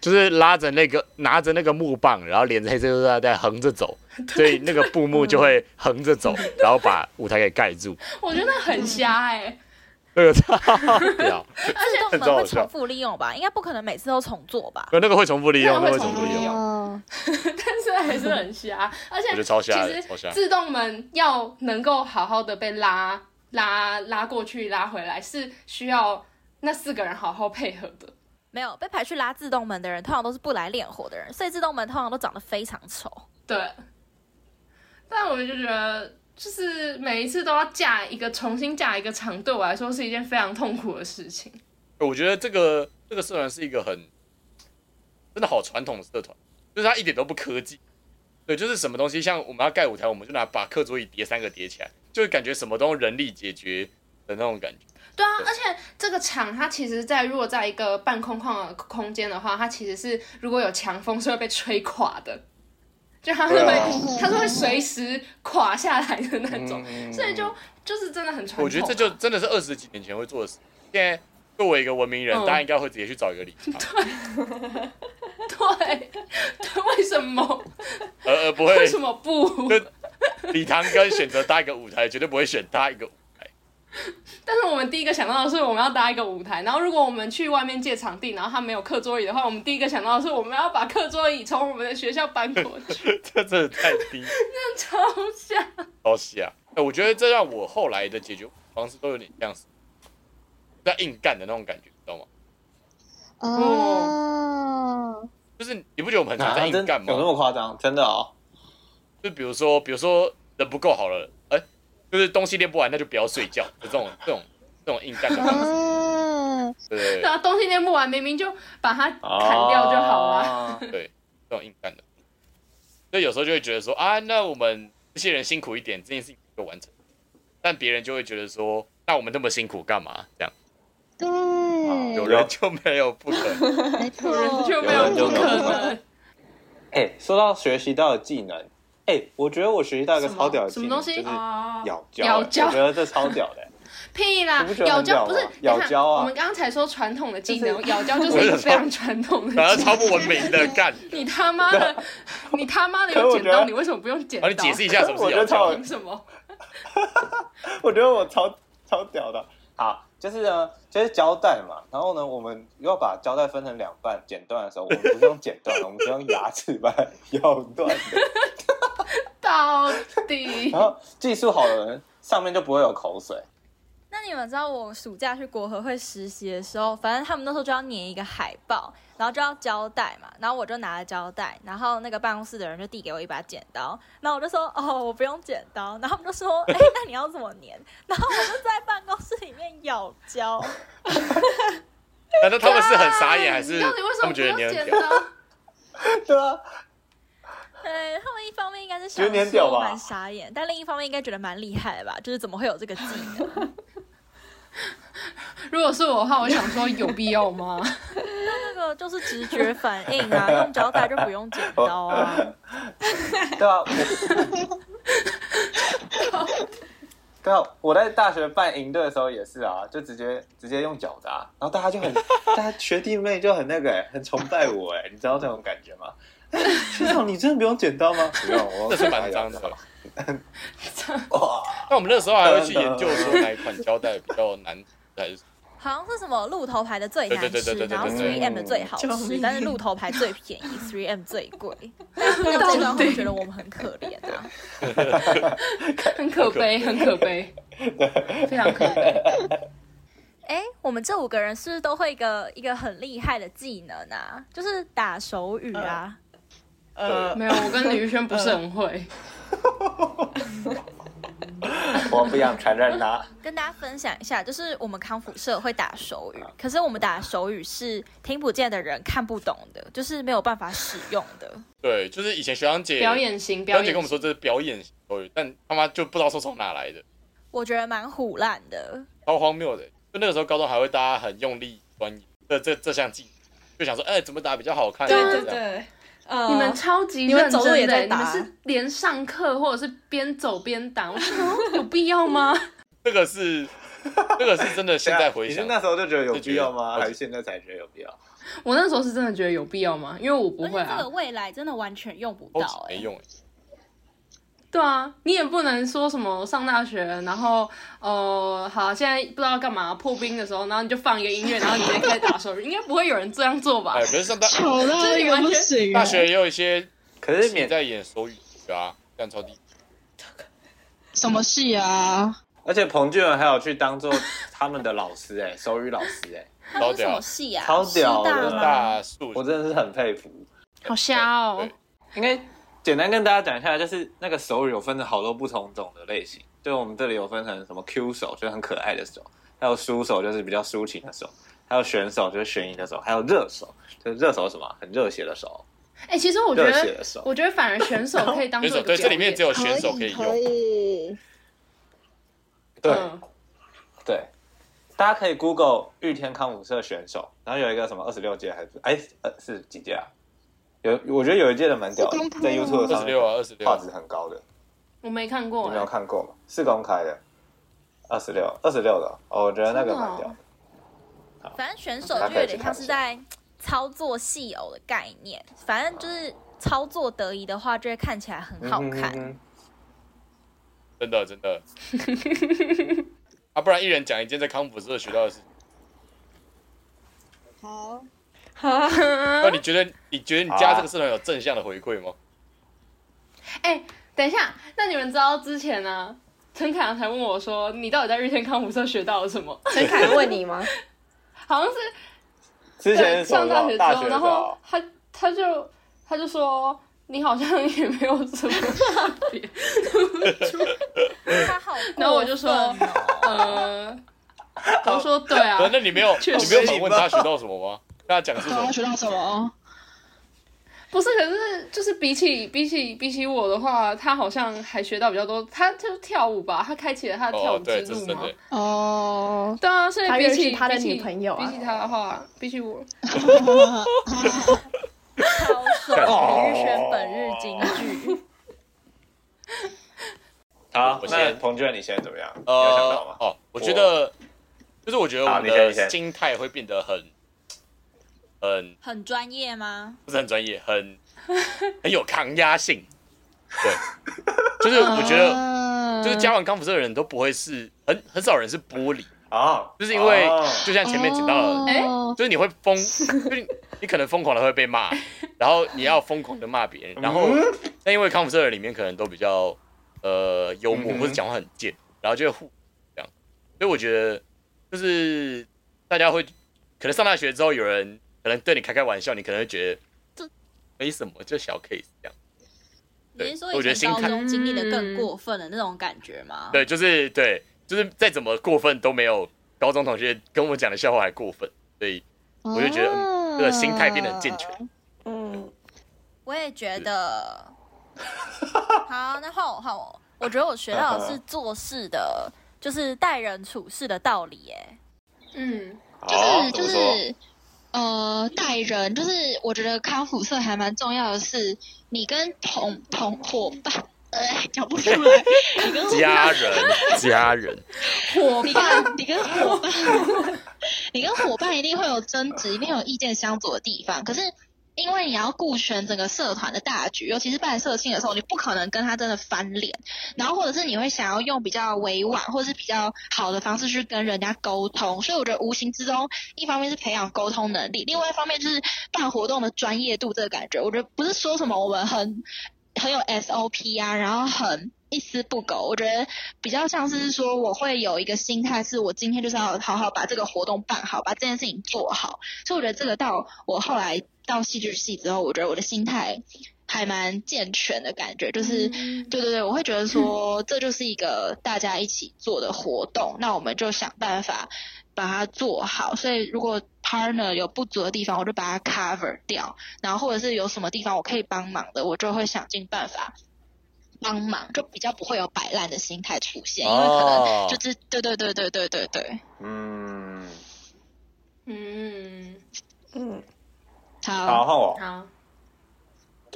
Speaker 7: 就是拉着那个拿着那个木棒，然后连着黑色塑料袋横着走，所以那个布幕就会横着
Speaker 2: 嗯
Speaker 7: 走，然后把舞台给盖住，
Speaker 2: 我觉得那很瞎哎、
Speaker 7: 那个超
Speaker 2: 啊
Speaker 7: 屌，
Speaker 4: 自动
Speaker 7: 很
Speaker 4: 门
Speaker 7: 好
Speaker 4: 会
Speaker 7: 笑
Speaker 4: 重复利用吧？应该不可能每次都重做吧？
Speaker 7: 那个会重复利用，
Speaker 2: 那
Speaker 7: 那
Speaker 2: 个
Speaker 7: 个
Speaker 2: 啊会
Speaker 7: 会重复
Speaker 2: 重复
Speaker 7: 利
Speaker 2: 利
Speaker 7: 用
Speaker 2: 用。
Speaker 5: 哦，
Speaker 2: 但是还是很瞎，而且
Speaker 7: 我觉得超瞎的
Speaker 2: 其
Speaker 7: 超
Speaker 2: 实
Speaker 7: 瞎
Speaker 2: 自动门要能够好好的被拉拉拉过去拉回来，是需要那四个人好好配合的。
Speaker 4: 没有被排去拉自动门的人，通常都是不来练火的人，所以自动门通常都长得非常丑。
Speaker 2: 对，但我就觉得，就是每一次都要架一个重新架一个场，对我来说是一件非常痛苦的事情。
Speaker 3: 我觉得这个这个社团是一个很真的好传统的社团，就是它一点都不科技。对，就是什么东西，像我们要盖舞台，我们就拿把课桌椅叠三个叠起来，就是感觉什么都用人力解决的那种感觉。
Speaker 2: 对啊，而且这个场它其实在如果在一个半空旷的空间的话，它其实是如果有强风是会被吹垮的，就它是会、
Speaker 1: 对啊
Speaker 2: 它是会随时垮下来的那种，
Speaker 1: 嗯
Speaker 2: 所以就就是真的很传统啊。
Speaker 3: 我觉得这就真的是二十几年前会做的事。现在作为一个文明人，
Speaker 2: 嗯
Speaker 3: 大家应该会直接去找一 个理发，
Speaker 2: 对， 对，为什么
Speaker 3: 而而不会
Speaker 2: 为什么不？
Speaker 3: 对礼堂跟选择搭一个舞台，绝对不会选搭一个舞台。
Speaker 2: 但是我们第一个想到的是我们要搭一个舞台，然后如果我们去外面借场地，然后他没有课桌椅的话，我们第一个想到的是我们要把课桌椅从我们的学校搬过去，
Speaker 3: 这真的太低
Speaker 2: 超像。
Speaker 3: 抄袭啊！哎、我觉得这让我后来的解决方式都有点像是在硬干的那种感觉，你知道吗？
Speaker 5: 哦，
Speaker 3: 就是你不觉得我们很常
Speaker 1: 哪
Speaker 3: 在
Speaker 1: 啊真有
Speaker 3: 硬干
Speaker 1: 那
Speaker 3: 吗？
Speaker 1: 么夸张？真的哦，
Speaker 3: 就比如说，比如说人不够好了，哎、就是东西练不完，那就不要睡觉，这种这种这种硬干的方式。
Speaker 5: 哦
Speaker 3: 对
Speaker 2: 对啊，东西念不完，明明就把它砍掉就好了。
Speaker 1: 啊。
Speaker 3: 对，这种硬干的。所以有时候就会觉得说啊，那我们这些人辛苦一点，这件事情就完成。但别人就会觉得说，那我们那么辛苦干嘛？这样
Speaker 5: 对，
Speaker 1: 嗯
Speaker 3: 有人就没有不可能。
Speaker 5: 没错，
Speaker 2: 就没有不可能，
Speaker 1: 哎、说到学习到的技能，哎、我觉得我学习到一个
Speaker 2: 什么
Speaker 1: 超屌的技
Speaker 2: 什么
Speaker 1: 能，
Speaker 2: 东西啊
Speaker 1: 就是
Speaker 6: 哦
Speaker 1: 咬胶、
Speaker 2: 咬
Speaker 1: 哎
Speaker 2: 胶
Speaker 1: 我觉得这超屌的、
Speaker 2: 屁啦
Speaker 1: 你不觉！得
Speaker 2: 咬
Speaker 1: 很屌吗
Speaker 2: 胶不是
Speaker 1: 咬
Speaker 2: 等一下
Speaker 1: 胶啊
Speaker 2: 我们刚才说传统的技
Speaker 1: 就
Speaker 2: 能，咬胶就是一个非常传统的
Speaker 3: 反正
Speaker 2: 技
Speaker 3: 超
Speaker 2: 能。
Speaker 3: 不文明的 干。
Speaker 2: 你他妈的，你他妈的
Speaker 1: 可是
Speaker 2: 有
Speaker 1: 我
Speaker 2: 剪
Speaker 1: 觉
Speaker 2: 刀，
Speaker 1: 得哦
Speaker 2: 你为什么不用剪
Speaker 3: 好，
Speaker 2: 刀？
Speaker 3: 你解释一下什么
Speaker 1: 我觉
Speaker 3: 是咬
Speaker 1: 得超
Speaker 3: 胶
Speaker 1: 好。
Speaker 2: 凭什么？
Speaker 1: 我觉得我超超屌的。好，就是呢，就是胶带嘛。然后呢，我们要把胶带分成两半，剪断的时候，我们不是用剪断的，我 们是用牙齿把它咬断的。
Speaker 2: 到底
Speaker 1: 然后技术好的人上面就不会有口水。
Speaker 4: 那你们知道我暑假去国合会实习的时候，反正他们那时候就要粘一个海报，然后就要胶带嘛，然后我就拿了胶带，然后那个办公室的人就递哦给我一把剪刀，然后我就说哦我不用剪刀，然后他们就说 哎、那你要怎么粘？然后我就在办公室里面咬胶，
Speaker 3: 难道他们是很傻眼，还是
Speaker 2: 你到底为什么
Speaker 3: 他们
Speaker 2: 不
Speaker 3: 觉得
Speaker 2: 用
Speaker 3: 你很
Speaker 2: 剪
Speaker 3: 屌？
Speaker 2: 刀？
Speaker 1: 对啊，
Speaker 4: 对他们一方面应该是想
Speaker 1: 有点屌
Speaker 4: 说
Speaker 1: 吧
Speaker 4: 蛮傻眼，但另一方面应该觉得蛮厉害的吧，就是怎么会有这个技能？
Speaker 2: 如果是我的话，我想说有必要 吗？
Speaker 4: 那个就是直觉反应啊，用胶带就不用剪刀啊。
Speaker 1: 对啊，我对啊，我在大学办营队的时候也是啊，就直接直接用脚的、啊，然后大家就很，大家学弟妹就很那个、欸，很崇拜我哎、欸，你知道这种感觉吗？哎学长，你真的不用剪刀吗？不用， 我
Speaker 3: 这是蛮脏的。
Speaker 1: 哇，
Speaker 3: 那我们那时候还会去研究说哪一款胶带比较难，还是
Speaker 4: 好像是什么鹿头牌的最
Speaker 3: 对
Speaker 4: 难
Speaker 3: 对对
Speaker 4: 吃
Speaker 3: 对对，对
Speaker 4: 然后
Speaker 3: 对
Speaker 4: Three M 的最好
Speaker 6: 救命
Speaker 4: 吃，但是鹿头牌最便 宜，Three M 最贵。但是这段会觉得我们很可怜啊。
Speaker 2: 很可悲，很可悲，非常可悲。
Speaker 4: 哎，我们这五个人是不是都会一个一个很厉害的技能啊？就是打手语啊。
Speaker 6: 呃，
Speaker 2: 没有，我跟李宇轩不是很
Speaker 3: 嗯
Speaker 2: 会。
Speaker 1: 我不想承认他。
Speaker 4: 跟大家分享一下，就是我们康复社会打手语，可是我们打手语是听不见的人看不懂的，就是没有办法使用的。
Speaker 3: 对，就是以前学长姐
Speaker 2: 表演型，
Speaker 3: 表
Speaker 2: 表
Speaker 3: 姐
Speaker 2: 演
Speaker 3: 跟我们说这是表演型手语，但他妈就不知道说从哪来的，
Speaker 4: 我觉得蛮虎烂的。
Speaker 3: 超荒谬的。欸就那个时候高中还会大家很用力钻研这这这项技能，就想说哎、怎么打比较好看啊？
Speaker 6: 对对
Speaker 3: 这样，
Speaker 6: 对，呃，
Speaker 2: 你
Speaker 4: 嗯
Speaker 2: 们超级
Speaker 6: 你们
Speaker 2: 认真
Speaker 6: 走路也
Speaker 2: 的，欸
Speaker 6: 在
Speaker 2: 你
Speaker 6: 打
Speaker 2: 们是连上课或者是边走边打，我想说有必要吗？
Speaker 3: 这个是这个是真的， 现在回
Speaker 1: 你是
Speaker 3: 想
Speaker 1: 那时候就觉得有
Speaker 3: 就觉
Speaker 1: 必
Speaker 3: 得
Speaker 1: 要吗？
Speaker 3: 我
Speaker 1: 还是现在才觉得有必要？
Speaker 2: 我那时候是真的觉得有必要吗？因为我不
Speaker 4: 而
Speaker 2: 会
Speaker 4: 且这
Speaker 2: 啊
Speaker 4: 个。未来真的完全用不
Speaker 3: 超级
Speaker 4: 到哎、
Speaker 3: 没用、欸，
Speaker 2: 对啊，你也不能说什么上大学，然后呃，好，现在不知道干嘛破冰的时候，然后你就放一个音乐，然后你直接开始打手语，应该不会有人这样做吧
Speaker 3: 哎，？可是上大
Speaker 5: 丑到一个不行。啊
Speaker 3: 大学也有一些
Speaker 1: 可是
Speaker 3: 戏
Speaker 1: 免
Speaker 3: 在演手语啊，干超低。
Speaker 5: 什么戏啊？
Speaker 1: 而且彭俊文还有去当做他们的老师哎、手语老师哎、
Speaker 4: 他们是什么戏啊？
Speaker 1: 超屌超
Speaker 4: 师大
Speaker 6: 嗯
Speaker 1: 屌
Speaker 4: 吗？
Speaker 3: 大树
Speaker 1: 我真的是很佩服。
Speaker 2: 好瞎哦！
Speaker 1: 应该简单跟大家讲一下，就是那个手语有分成好多不同种的类型，就我们这里有分成什么 Q 手，就是很可爱的手，还有书手，就是比较抒情的手，还有选手，就是悬疑的手，还有热手，就是热手是什么很热血的手，
Speaker 2: 哎、其实我觉
Speaker 1: 热血
Speaker 2: 得，
Speaker 1: 的手。
Speaker 2: 我觉得反而选手可以当
Speaker 3: 选
Speaker 2: 做
Speaker 3: 手
Speaker 2: 一个
Speaker 3: 对，这里
Speaker 2: 表演
Speaker 3: 面只有选手可以用。
Speaker 5: 以。
Speaker 1: 对
Speaker 2: 嗯
Speaker 1: 对，大家可以 Google 玉天康复社选手，然后有一个什么二十六届还是哎呃是几届啊？有我觉得有一届的蛮屌的
Speaker 5: 是公开，的
Speaker 1: 在
Speaker 5: 吗
Speaker 1: YouTube
Speaker 3: 二
Speaker 1: 上
Speaker 3: 十六
Speaker 1: 面
Speaker 3: 啊，二十六
Speaker 1: 画，质很高的。
Speaker 2: 我没看过、
Speaker 1: 你没有
Speaker 2: 哎
Speaker 1: 看过吗？是公开的，二十六，二十六的哦，我觉得那个蛮屌的。
Speaker 4: 反正选手就有点像是在操作戏偶的概念，反正就是操作得宜的话，就会看起来很好看。
Speaker 1: 嗯
Speaker 3: 真的真 的。啊，不然一人讲一件在康复社学到的事情。
Speaker 5: 好，
Speaker 6: 啊，
Speaker 3: 那你觉得你觉得你加这个社团有正向的回馈吗？
Speaker 2: 哎、等一下，那你们知道之前呢、啊，陈凯阳才问我说，你到底在日天康复社学到了什么？
Speaker 6: 陈凯问你吗？
Speaker 2: 好像是
Speaker 1: 之前
Speaker 2: 对
Speaker 1: 是什
Speaker 2: 上大
Speaker 1: 么
Speaker 2: 学之
Speaker 1: 大
Speaker 2: 后，
Speaker 1: 学的
Speaker 2: 然
Speaker 1: 哦
Speaker 2: 后，他他就他就说。你好像也没有什么差 别，
Speaker 4: 他好过分哦，
Speaker 2: 然后我就说呃，我说 对啊
Speaker 3: 对，，那你没有
Speaker 2: 确
Speaker 3: 你
Speaker 2: 实
Speaker 3: 没有反问他学到什么吗？ 跟他讲是
Speaker 5: 对
Speaker 3: 什
Speaker 5: 啊，
Speaker 3: 么？
Speaker 5: 学到什么？
Speaker 2: 不是，可是就是比起比起比起我的话，他好像还学到比较多。他就是跳舞吧，他开启了他的跳舞，
Speaker 3: 哦
Speaker 2: 之
Speaker 3: 对，这是
Speaker 2: 路
Speaker 3: 真
Speaker 2: 嘛。
Speaker 3: 的。
Speaker 5: 哦，
Speaker 2: 对啊，所以
Speaker 6: 他
Speaker 2: 比
Speaker 6: 认
Speaker 2: 起
Speaker 6: 识他的
Speaker 2: 比起
Speaker 6: 女朋友啊
Speaker 2: 比起他的话，比起我，
Speaker 4: 超爽！
Speaker 1: 哦
Speaker 4: 李日轩本日金句，
Speaker 1: 好，
Speaker 3: 我
Speaker 1: 那
Speaker 3: 先
Speaker 1: 彭娟你现在怎么样？你有想
Speaker 3: 呃
Speaker 1: 到吗，？
Speaker 3: 哦，我觉得就是我觉得我
Speaker 1: 好
Speaker 3: 们
Speaker 1: 你先你
Speaker 3: 的
Speaker 1: 先
Speaker 3: 心态会变得很很
Speaker 4: 很专业吗？
Speaker 3: 不是很专业，很很有抗压性。对，就是我觉
Speaker 2: 嗯
Speaker 3: 得，
Speaker 5: 得
Speaker 3: 就是加完康复社的人都不会是很很少人是玻璃，
Speaker 1: 哦，
Speaker 3: 就是因为
Speaker 1: 哦
Speaker 3: 就像前面讲到的，
Speaker 2: 哎
Speaker 5: 哦
Speaker 3: 就是你会疯，就是你你可能疯狂的会被骂，然后你要疯狂的骂别人，然后
Speaker 1: 嗯
Speaker 3: 但因为康复社的里面可能都比较呃幽默
Speaker 1: 嗯哼
Speaker 3: 或者讲话很贱，然后就会互这样，所以我觉得就是大家会可能上大学之后有人可能对你开开玩笑，你可能会觉得这没什么，就小 case 这样。
Speaker 4: 你
Speaker 3: 对
Speaker 4: 是说
Speaker 3: 我
Speaker 4: 以
Speaker 3: 觉得心
Speaker 4: 前高
Speaker 3: 态
Speaker 4: 中经历的更过分的那种感觉吗？，
Speaker 3: 对，就是对，就是再怎么过分都没有高中同学跟我讲的笑话还过分，所以我就觉得、嗯、这个心态变得很健全。
Speaker 6: 嗯，
Speaker 4: 我也觉得。好，那换我换我，我觉得我学到的是做事的，就是待人处事的道理。哎，
Speaker 2: 嗯，
Speaker 3: 哦
Speaker 1: 好
Speaker 5: 哦就是就
Speaker 1: 怎么说
Speaker 5: 是呃，待人就是我觉得康复社还蛮重要的是，你跟同同伙伴，呃，讲不出 来，你跟
Speaker 3: 家人，家人，
Speaker 2: 伙
Speaker 5: 你跟 你跟伙伴，你跟伙伴一定会有争执，一定有意见相左的地方。可是因为你要顾全整个社团的大局，尤其是办社庆的时候，你不可能跟他真的翻脸，然后或者是你会想要用比较委婉或是比较好的方式去跟人家沟通。所以我觉得无形之中，一方面是培养沟通能力，另外一方面就是办活动的专业度这个感觉。我觉得不是说什么我们很很有 SOP 啊，然后很一丝不苟。我觉得比较像是说，我会有一个心态，是我今天就是要好好把这个活动办好，把这件事情做好。所以我觉得这个到我后来到戏剧系之后，我觉得我的心态还蛮健全的感觉，就是、对对对，我会觉得说这就是一个大家一起做的活动，那我们就想办法把它做好。所以如果 partner 有不足的地方，我就把它 cover 掉，然后或者是有什么地方我可以帮忙的，我就会想尽办法。帮忙就比较不会有摆烂的心态出现，因为可能
Speaker 3: 哦
Speaker 5: 就是对对对对对对对，
Speaker 1: 嗯，
Speaker 2: 嗯，
Speaker 6: 嗯，
Speaker 1: 好，
Speaker 5: 好，
Speaker 1: 换我。
Speaker 2: 好，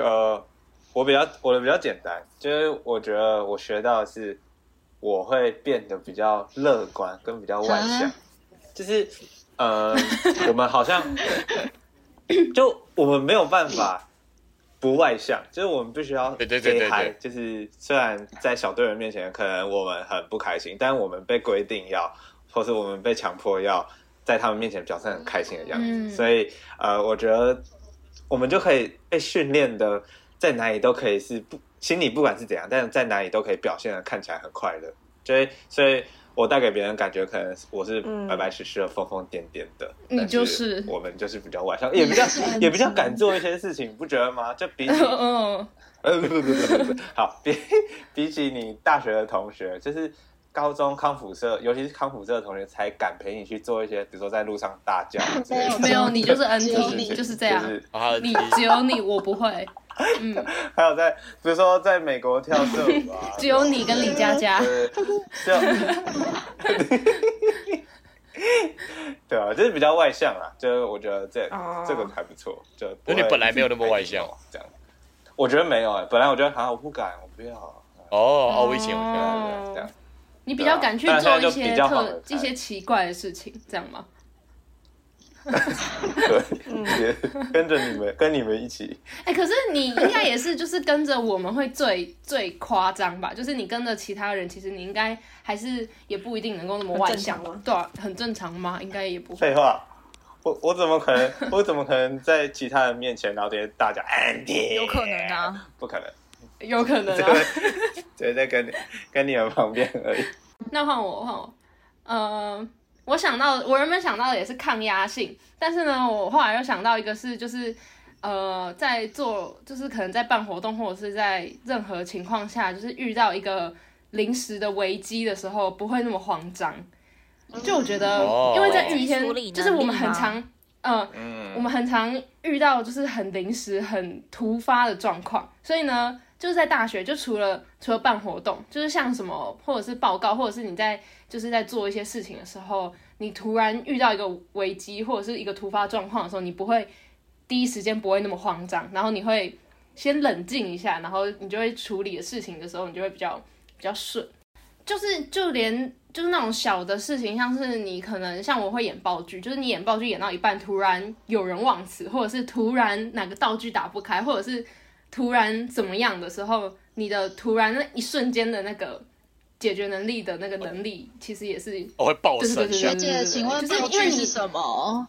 Speaker 1: 呃，我比较我的比较简单，就是我觉得我学到的是，我会变得比较乐观跟比较外向
Speaker 5: 啊，
Speaker 1: 就是呃， 我们好像就我们没有办法不外向，就是我们必须要
Speaker 3: 对对对对
Speaker 1: gay 嗨
Speaker 3: 对
Speaker 1: 就是虽然在小队员面前可能我们很不开心，但我们被规定要，或是我们被强迫要在他们面前表现很开心的样子，
Speaker 2: 嗯
Speaker 1: 所以呃，我觉得我们就可以被训练的，在哪里都可以是不心里不管是怎样，但是在哪里都可以表现的看起来很快乐，所以所以。我带给别人感觉，可能我是
Speaker 6: 嗯
Speaker 1: 白白实实的、疯疯癫癫的，
Speaker 2: 你
Speaker 1: 但
Speaker 2: 就是
Speaker 1: 我们就是比较外向， 也比较也比较敢做一些事情，不觉得吗？就比起
Speaker 2: 嗯，
Speaker 1: 呃，不不不不不不，好，比比起你大学的同学，就是高中康复社，尤其是康复社的同学，才敢陪你去做一些，比如说在路上大叫之类的。
Speaker 2: 没嗯有你就是
Speaker 5: 只有
Speaker 2: NT，
Speaker 5: 你
Speaker 2: 就是这样，
Speaker 1: 就是
Speaker 3: 然后
Speaker 2: 哦你只有你，我不会，嗯，
Speaker 1: 还有在，比如说在美国跳社舞啊，
Speaker 2: 只有你跟李佳佳，
Speaker 1: 对，就 对啊，就是比较外向啦，就是我觉得这、
Speaker 6: 哦
Speaker 1: 这个还不错，就不
Speaker 3: 那你
Speaker 1: 会
Speaker 3: 本来没有那么外向哦
Speaker 1: 这样，我觉得没有哎、本来我觉得好像我不敢，我不要，
Speaker 3: 哦哦，我以前我
Speaker 1: 对啊
Speaker 3: 现在
Speaker 1: 对对这样。
Speaker 2: 你比较敢去
Speaker 1: 对啊
Speaker 2: 做
Speaker 1: 但现在
Speaker 2: 一
Speaker 1: 就
Speaker 2: 些
Speaker 1: 比较好了
Speaker 2: 特一些奇怪的事情，这样吗？
Speaker 1: 对，也跟着你们， 跟你们一起。
Speaker 2: 哎、可是你应该也是，就是跟着我们会最 最夸张吧？就是你跟着其他人，其实你应该还是也不一定能够那么外向
Speaker 6: 很正常吗
Speaker 2: 对啊，很正常吗？应该也不会。
Speaker 1: 废话，我我怎么可能？我怎么可能在其他人面前，然后直接大叫安迪？
Speaker 4: 有可能啊，
Speaker 1: 不可能，
Speaker 2: 有可能啊。
Speaker 1: 对， 对，在跟你跟你们旁边而已。
Speaker 2: 那换我，换我。呃，我想到，我原本想到的也是抗压性，但是呢，我后来又想到一个是，就是呃，在做，就是可能在办活动或者是在任何情况下，就是遇到一个临时的危机的时候，不会那么慌张。就我觉得，
Speaker 3: 哦
Speaker 2: 因为在雨
Speaker 4: 处理能力
Speaker 2: 天，就是我们很
Speaker 4: 吗
Speaker 2: 常，嗯、我
Speaker 1: 嗯，
Speaker 2: 们很常遇到就是很临时、很突发的状况，所以呢，就是在大学，就除了除了办活动，就是像什么或者是报告，或者是你在就是在做一些事情的时候，你突然遇到一个危机或者是一个突发状况的时候，你不会第一时间不会那么慌张，然后你会先冷静一下，然后你就会处理的事情的时候，你就会比较比较顺，就是就连。就是那种小的事情，像是你可能像我会演爆剧，就是你演爆剧演到一半，突然有人忘词，或者是突然哪个道具打不开，或者是突然怎么样的时候，你的突然那一瞬间的那个解决能力的那个能力，其实也是
Speaker 3: 哦我会爆
Speaker 2: 对对对
Speaker 3: 神。
Speaker 2: 对
Speaker 5: 学
Speaker 2: 对
Speaker 5: 姐，
Speaker 2: 对，
Speaker 5: 请问
Speaker 2: 就是
Speaker 5: 道
Speaker 2: 因为
Speaker 5: 具
Speaker 2: 你
Speaker 5: 是什么？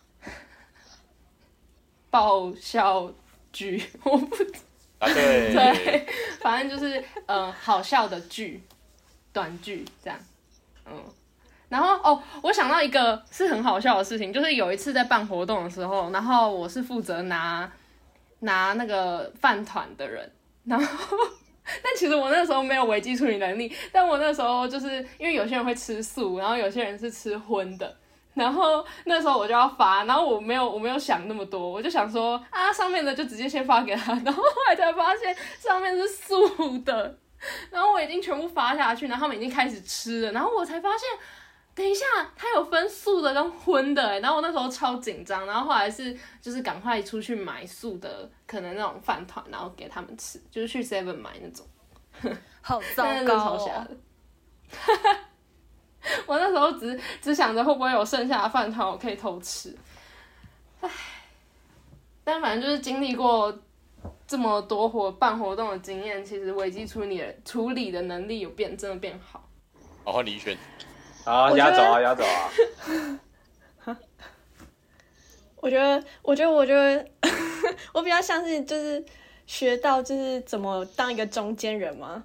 Speaker 2: 爆笑剧， 我不
Speaker 3: 啊，对
Speaker 2: 对，反正就是呃好笑的剧，短剧这样，嗯。然后哦，我想到一个是很好笑的事情，就是有一次在办活动的时候，然后我是负责拿拿那个饭团的人，然后但其实我那时候没有危机处理能力，但我那时候就是因为有些人会吃素，然后有些人是吃荤的，然后那时候我就要发，然后我没有我没有想那么多，我就想说啊上面的就直接先发给他，然后后来才发现上面是素的，然后我已经全部发下去，然后他们已经开始吃了，然后我才发现。等一下，它有分素的跟荤的欸然后我那时候超紧张，然后后来是就是赶快出去买素的，可能那种饭团，然后给他们吃，就是去 Seven 买那种。
Speaker 4: 好糟
Speaker 2: 真的是啊超
Speaker 4: 糕
Speaker 2: 瞎
Speaker 4: 哦！
Speaker 2: 的。 我那时候只只想着会不会有剩下的饭团，我可以偷吃。唉，但反正就是经历过这么多活办活动的经验，其实危机处理的处理的能力有变，真的变好。
Speaker 3: 然后李轩，
Speaker 1: 好，
Speaker 6: 我觉
Speaker 1: 压
Speaker 6: 得
Speaker 1: 轴啊，压轴啊，
Speaker 6: 我觉得，我觉得，我觉得， 我比较像是就是学到就是怎么当一个中间人嘛，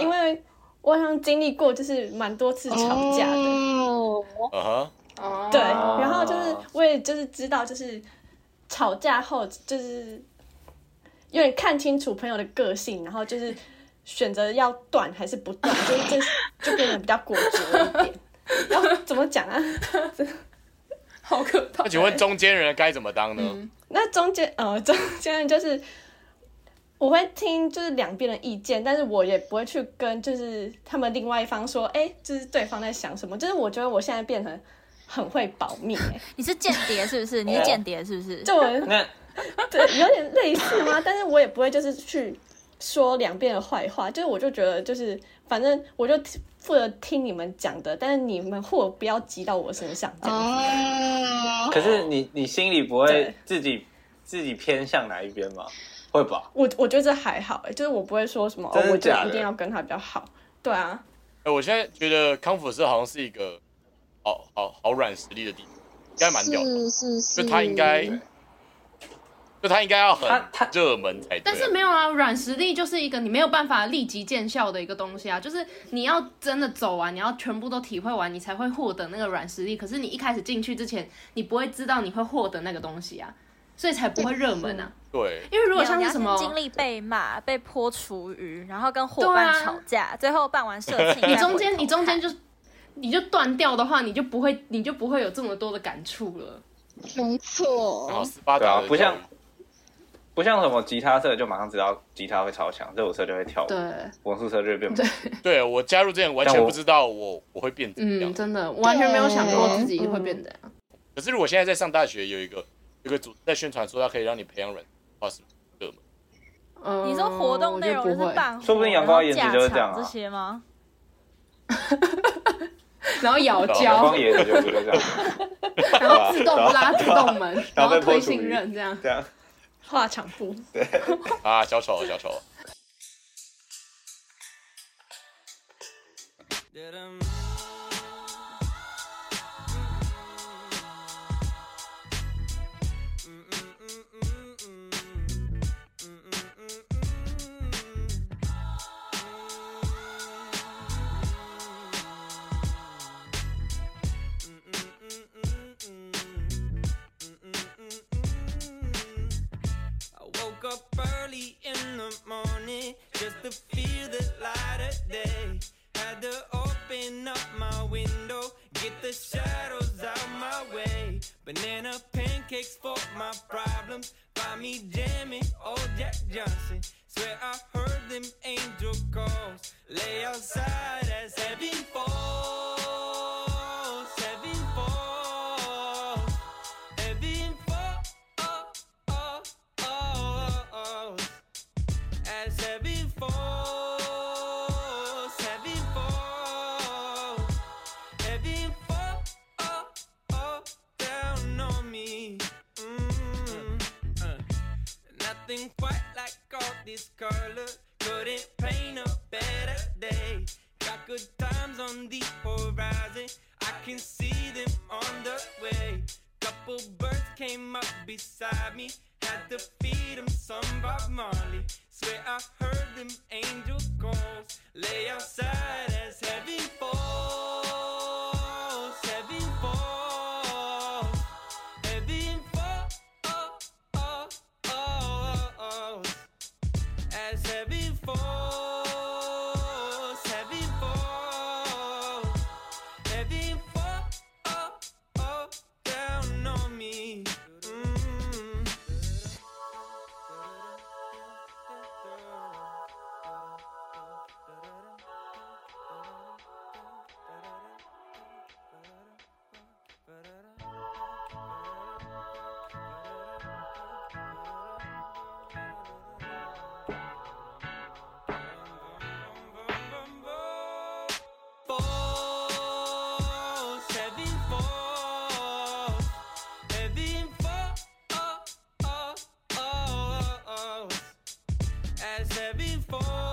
Speaker 6: 因为我好像经历过就是蛮多次
Speaker 2: 嗯
Speaker 6: 吵架的，
Speaker 5: 哦，
Speaker 3: 嗯哼，
Speaker 2: 哦，
Speaker 6: 对，然后就是我也就是知道就是吵架后就是有点看清楚朋友的个性，然后就是选择要断还是不断，就是这就变得比较果决了一点。要怎么讲啊？
Speaker 2: 好可怕
Speaker 3: 那。请问中间人该怎么当呢？
Speaker 2: 嗯
Speaker 6: 那中间呃，中间就是我会听就是两边的意见，但是我也不会去跟就是他们另外一方说，哎、就是对方在想什么。就是我觉得我现在变成很会保密、 哎，
Speaker 4: 你是间谍是 不是？你是间谍是不
Speaker 2: 哦
Speaker 4: 是？
Speaker 6: 就我
Speaker 1: 那
Speaker 6: 对有点类似吗？但是我也不会就是去说两边的坏话，就是我就觉得就是反正我就听负责听你们讲的，但是你们货不要急到我身上这样子。
Speaker 5: 哦，
Speaker 1: 可是你你心里不会
Speaker 6: 对
Speaker 1: 自己自己偏向哪一边吗？会吧？
Speaker 6: 我我觉得这还好、哎，就是我不会说什么哦
Speaker 1: 真，的
Speaker 6: 我觉
Speaker 1: 假
Speaker 6: 得
Speaker 1: 的
Speaker 6: 一定要跟他比较好。对啊，
Speaker 3: 哎、我现在觉得康复社好像是一个好好好软实力的地方，应该蛮屌的。
Speaker 5: 是是是，
Speaker 3: 就他应该，就他应该要很
Speaker 1: 他他
Speaker 3: 热门才对啊。
Speaker 2: 但是没有啊，软实力就是一个你没有办法立即见效的一个东西啊，就是你要真的走完，你要全部都体会完，你才会获得那个软实力。可是你一开始进去之前，你不会知道你会获得那个东西啊，所以才不会热门啊。
Speaker 4: 嗯
Speaker 3: 对，
Speaker 2: 因为如
Speaker 4: 如
Speaker 2: 果像是什么，
Speaker 4: 经历被骂、被泼厨余，然后跟伙
Speaker 2: 对啊
Speaker 4: 伴吵 架，最后办完社庆，
Speaker 2: 你
Speaker 4: 再
Speaker 2: 中
Speaker 4: 回
Speaker 2: 间
Speaker 4: 头
Speaker 2: 你中
Speaker 4: 看
Speaker 2: 间就你就断掉的话，你就不会你就不会有这么多的感触了。
Speaker 5: 没
Speaker 3: 然
Speaker 2: 哦
Speaker 3: 后
Speaker 5: 错，
Speaker 3: 斯巴达
Speaker 1: 对
Speaker 3: 的
Speaker 1: 啊不像
Speaker 3: 教育
Speaker 1: 不像什么吉他社就马上知道吉他会超强，热舞社就会跳舞，
Speaker 2: 对，
Speaker 1: 文术社就会变
Speaker 2: 对
Speaker 3: 对我加入之前完全不知道我我会变怎么样
Speaker 2: 嗯，。真的完全没有想过自己会变这样。
Speaker 3: 可是我现在在上大学，有一个有一个组织在宣传说它可以让你培养软化是热门。
Speaker 2: 嗯，
Speaker 4: 你说活动内容
Speaker 2: 我觉
Speaker 4: 就
Speaker 2: 得不
Speaker 4: 是
Speaker 2: 会，
Speaker 4: 办活，
Speaker 1: 说不定阳光
Speaker 4: 然后
Speaker 1: 颜值
Speaker 4: 架
Speaker 1: 就是
Speaker 4: 场
Speaker 1: 这样啊
Speaker 4: 这些吗？
Speaker 2: 然后咬
Speaker 1: 阳
Speaker 2: 胶
Speaker 1: 光。也就就这样，
Speaker 2: 然后自动拉自动门，
Speaker 1: 然
Speaker 2: 然
Speaker 1: 后
Speaker 2: 后
Speaker 1: 被泼
Speaker 2: 推
Speaker 1: 出去
Speaker 2: 信任这样。
Speaker 1: 这样
Speaker 6: 画场布。
Speaker 3: 啊，小丑啊，小丑啊。
Speaker 8: I woke up early in the morning just to feel the light of day. had to open up my window, get the shadows out my way. Banana pancakes for my problems. Find me jamming, old Jack Johnson. Swear I heard them angel calls. Lay outside as heaven falls. Heaven falls. Heaven falls as heaven falls, heaven falls, heaven falls down on me. Mm, uh, nothing quite like all this color. Couldn't paint a better day. Got good times on the horizon. I can see them on the way. Couple birds came up beside me. Had to feed them some Bob Marley. Swear I heard them angel calls. Lay outside as heaven falls. Heaven falls. Heaven falls as heaven falls, heaven falls, heaven falls down on me. Mm. Falls, heaven falls, heaven falls, as heaven falls.